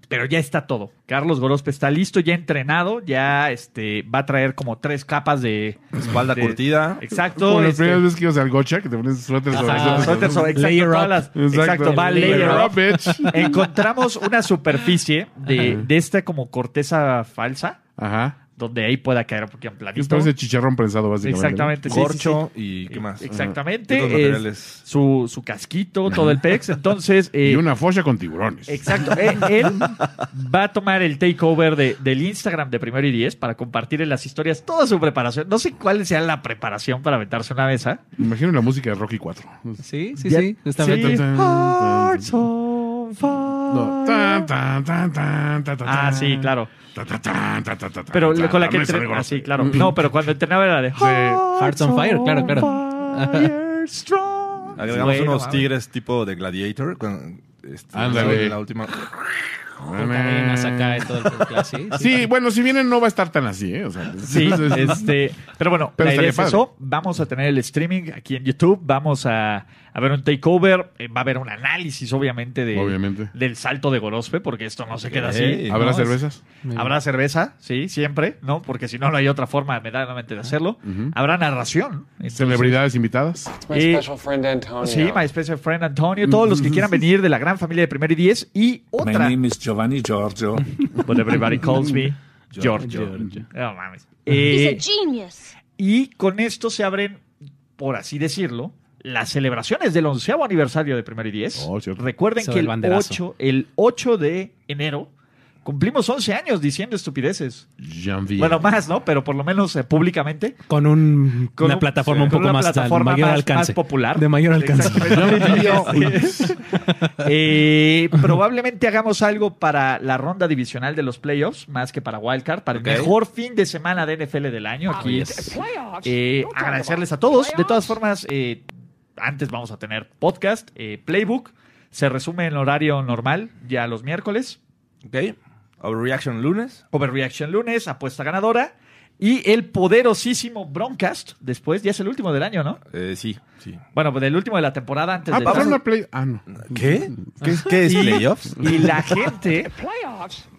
pero ya está todo. Carlos Gorospe está listo, ya entrenado, ya este, va a traer como tres capas de...
Espalda
de-
curtida.
Exacto.
Como las
este,
primeras veces que ibas al gocha, que te pones suéter sobre
ajá, suéter sobre- exacto,
Layer
todas
up.
las- exacto, va
Layer
layer
Layer
up.
up, bitch.
Encontramos una superficie de, de esta como corteza falsa,
Ajá.
donde ahí pueda caer porque en planito.
Es parece chicharrón prensado, básicamente.
Exactamente. sí, sí, sí.
Corcho y qué más.
Exactamente.
Otros
es
materiales.
su, su casquito, todo el pex. Entonces, eh,
Y una folla con tiburones.
exacto. eh, él va a tomar el takeover de- del Instagram de primero y diez para compartir en las historias toda su preparación. No sé cuál sea la preparación para aventarse una mesa.
Me Imagino la música de Rocky 4.
Sí, sí,
Ya-
sí. Está
Sí.
bien.
Hearts on fire. Ah, sí, claro. Pero con la que entrenaba. Ah, sí, claro. No, pero cuando entrenaba era de
Hearts on Fire, claro, claro.
Fire strong.
Agregamos
Bueno,
unos
mames.
tigres tipo de Gladiator. Con, este,
Ándale.
La última.
Cadenas acá y todo el claro, sí, sí.
Sí, bueno, si vienen no va a estar tan así, ¿eh? O sea,
Sí,
entonces-
este, pero bueno,
Pero
la idea
estaría
es eso. Vamos a tener el streaming aquí en YouTube. Vamos a, a ver un takeover. eh, va a haber un análisis, obviamente, de,
Obviamente.
del salto de Gorospe, porque esto no se queda así.
Ey.
¿Habrá
No,
cervezas?
Habrá cerveza, sí, siempre, ¿no? Porque si no, no hay otra forma verdaderamente de hacerlo. Habrá narración. entonces,
¿Celebridades invitadas?
My
Eh,
special friend Antonio.
Sí, my special friend Antonio, todos los que quieran venir de la gran familia de Primer y Diez y otra.
is Giovanni Giorgio.
But everybody calls me Giorgio.
Giorgio.
No mames. Eh,
He's a genius.
Y con esto se abren, por así decirlo, las celebraciones del onceavo aniversario de Primero y Diez.
Oh, cierto.
Recuerden
Se va
que
el
el
banderazo.
8, el 8 de enero cumplimos 11 años diciendo estupideces.
Jean-Vier.
Bueno, más, ¿no? Pero por lo menos eh, públicamente.
Con, un,
Con
una
un-
plataforma un
con
poco
una
más tal,
plataforma
mayor
más- más
alcance.
popular.
De mayor alcance.
Este, eh, probablemente hagamos algo para la ronda divisional de los playoffs, más que para Wildcard, para el mejor fin de semana de NFL del año. Aquí
yes.
eh, agradecerles a todos. De todas formas, eh, antes vamos a tener podcast, eh, playbook. Se resume en horario normal, ya los miércoles.
Ok. Overreaction lunes.
Overreaction lunes, apuesta ganadora. Y el poderosísimo Broncast, después, ya es el último del año, ¿no?
Eh, sí, sí.
Bueno, pues el último de la temporada antes
Ah,
de
¿habrá una play? Ah, no.
¿Qué? ¿Qué, qué es playoffs?
Y la gente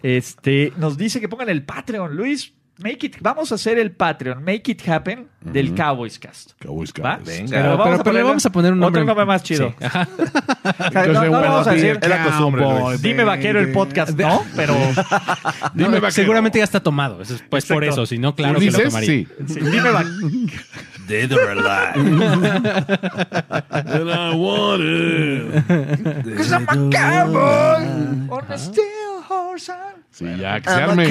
este, nos dice que pongan el Patreon, Luis. Make it, vamos a hacer el Patreon, Make It Happen del Cowboys Cast.
Cowboys,
¿Va?
Cowboys.
Venga.
Pero, pero- pero le
ponerle
vamos a poner un
otro
nombre.
nombre más chido.
Sí.
O sea, no-
Entonces,
no
bueno,
vamos a
sí,
decir, pues,
Es la costumbre, Luis.
Cowboy,
dime vaquero el
baby.
podcast, no, pero
Dime vaquero.
Seguramente ya está tomado. Eso es, pues por
Exacto.
eso, si no, claro que lo
¿Dices?
tomaría.
Sí.
sí, dime va-
Dead or alive.
And I want it.
On a steel horse and-
Sí, ya, que se arme.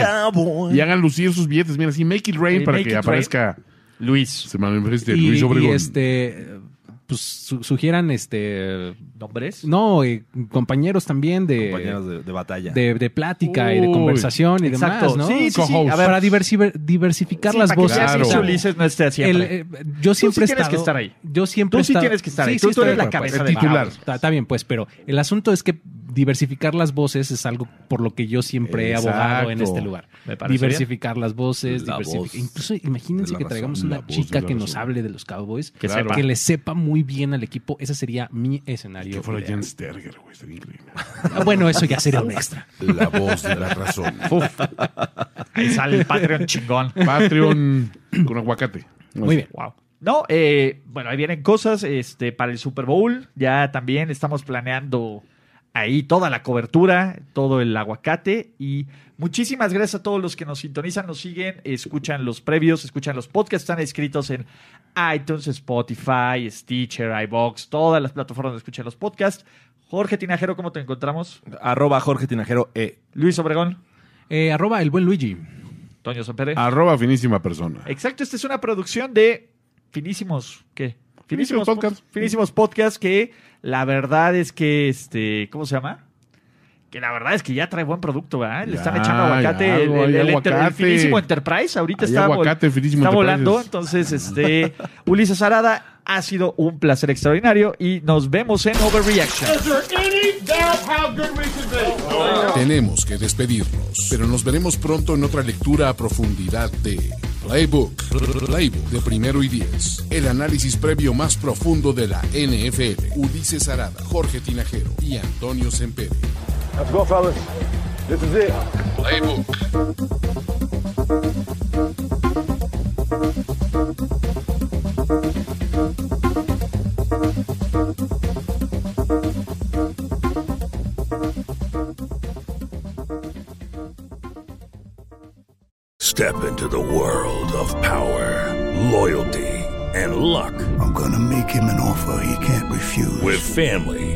Y hagan lucir sus billetes. Mira, así, make it rain
Sí,
para
make
que
it rain.
aparezca.
Luis,
Se me manifeste
Y,
Luis Obregón.
y, este, pues su- sugieran, este,
nombres.
no, eh, compañeros también de,
Compañeros de, de batalla.
de, de plática y de
Uy.
conversación y
Exacto.
demás, ¿no?
Sí, sí, sí.
Co-host.
A ver,
para diversiver- diversificar
sí,
las
para que
voces.
veas
Claro.
que
Claro.
Ulises no esté
El,
siempre.
eh, yo siempre he
sí tienes que estar
estado-
ahí.
Yo siempre
Tú
he
sí
estado-
tienes que estar ahí. Tú- tú
estoy
eres
de
la
acuerdo.
cabeza
de titular.
Está, está bien, pues, pero el asunto es que diversificar las voces es algo por lo que yo siempre
Exacto.
he abogado en este lugar.
Me parece
Diversificar las voces,
La
diversific-
voz
incluso
de
imagínense
la
que
razón,
traigamos
la
una
voz
chica
de la
que nos
razón.
hable de los Cowboys,
Que
que,
sepa.
le sepa muy bien al equipo. Ese sería mi escenario.
Que fuera
ideal.
Jan Sterger, güey. Sería increíble.
Ah, Bueno, eso ya sería un extra.
La voz de la razón.
Ahí sale el Patreon chingón.
Patreon con aguacate.
Muy bien.
Wow. No, eh, bueno, ahí vienen cosas este, para el Super Bowl. Ya también estamos planeando ahí toda la cobertura, todo el aguacate y muchísimas gracias a todos los que nos sintonizan, nos siguen, escuchan los previos, escuchan los podcasts, están escritos en iTunes, Spotify, Stitcher, iBox, todas las plataformas donde escuchan los podcasts. Jorge Tinajero, ¿cómo te encontramos?
Arroba Jorge Tinajero E.
Luis Obregón,
Eh, arroba el buen Luigi.
Toño Sampere.
Arroba finísima persona.
Exacto, esta es una producción de finísimos, ¿qué?
Finísimos Podcast.
Pod- Finísimos Podcast que la verdad es que, este, ¿cómo se llama? Que la verdad es que ya trae buen producto, ¿verdad? Le están
Ya,
echando aguacate.
ya,
el,
algo,
el-
hay
el enter- el
aguacate.
finísimo Enterprise ahorita
Hay
está, vol-
aguacate, finísimo
está
Enterprises.
volando. Entonces, este, Ulises Arada, ha sido un placer extraordinario y nos vemos en Overreaction.
Is there any doubt how good we should be?
Tenemos que despedirnos, pero nos veremos pronto en otra lectura a profundidad de Playbook, Playbook de primero y diez, el análisis previo más profundo de la NFL. Ulises Arada, Jorge Tinajero y Antonio Sempere. Playbook.
Step into the world of power, loyalty, and luck.
I'm gonna make him an offer he can't refuse.
With family,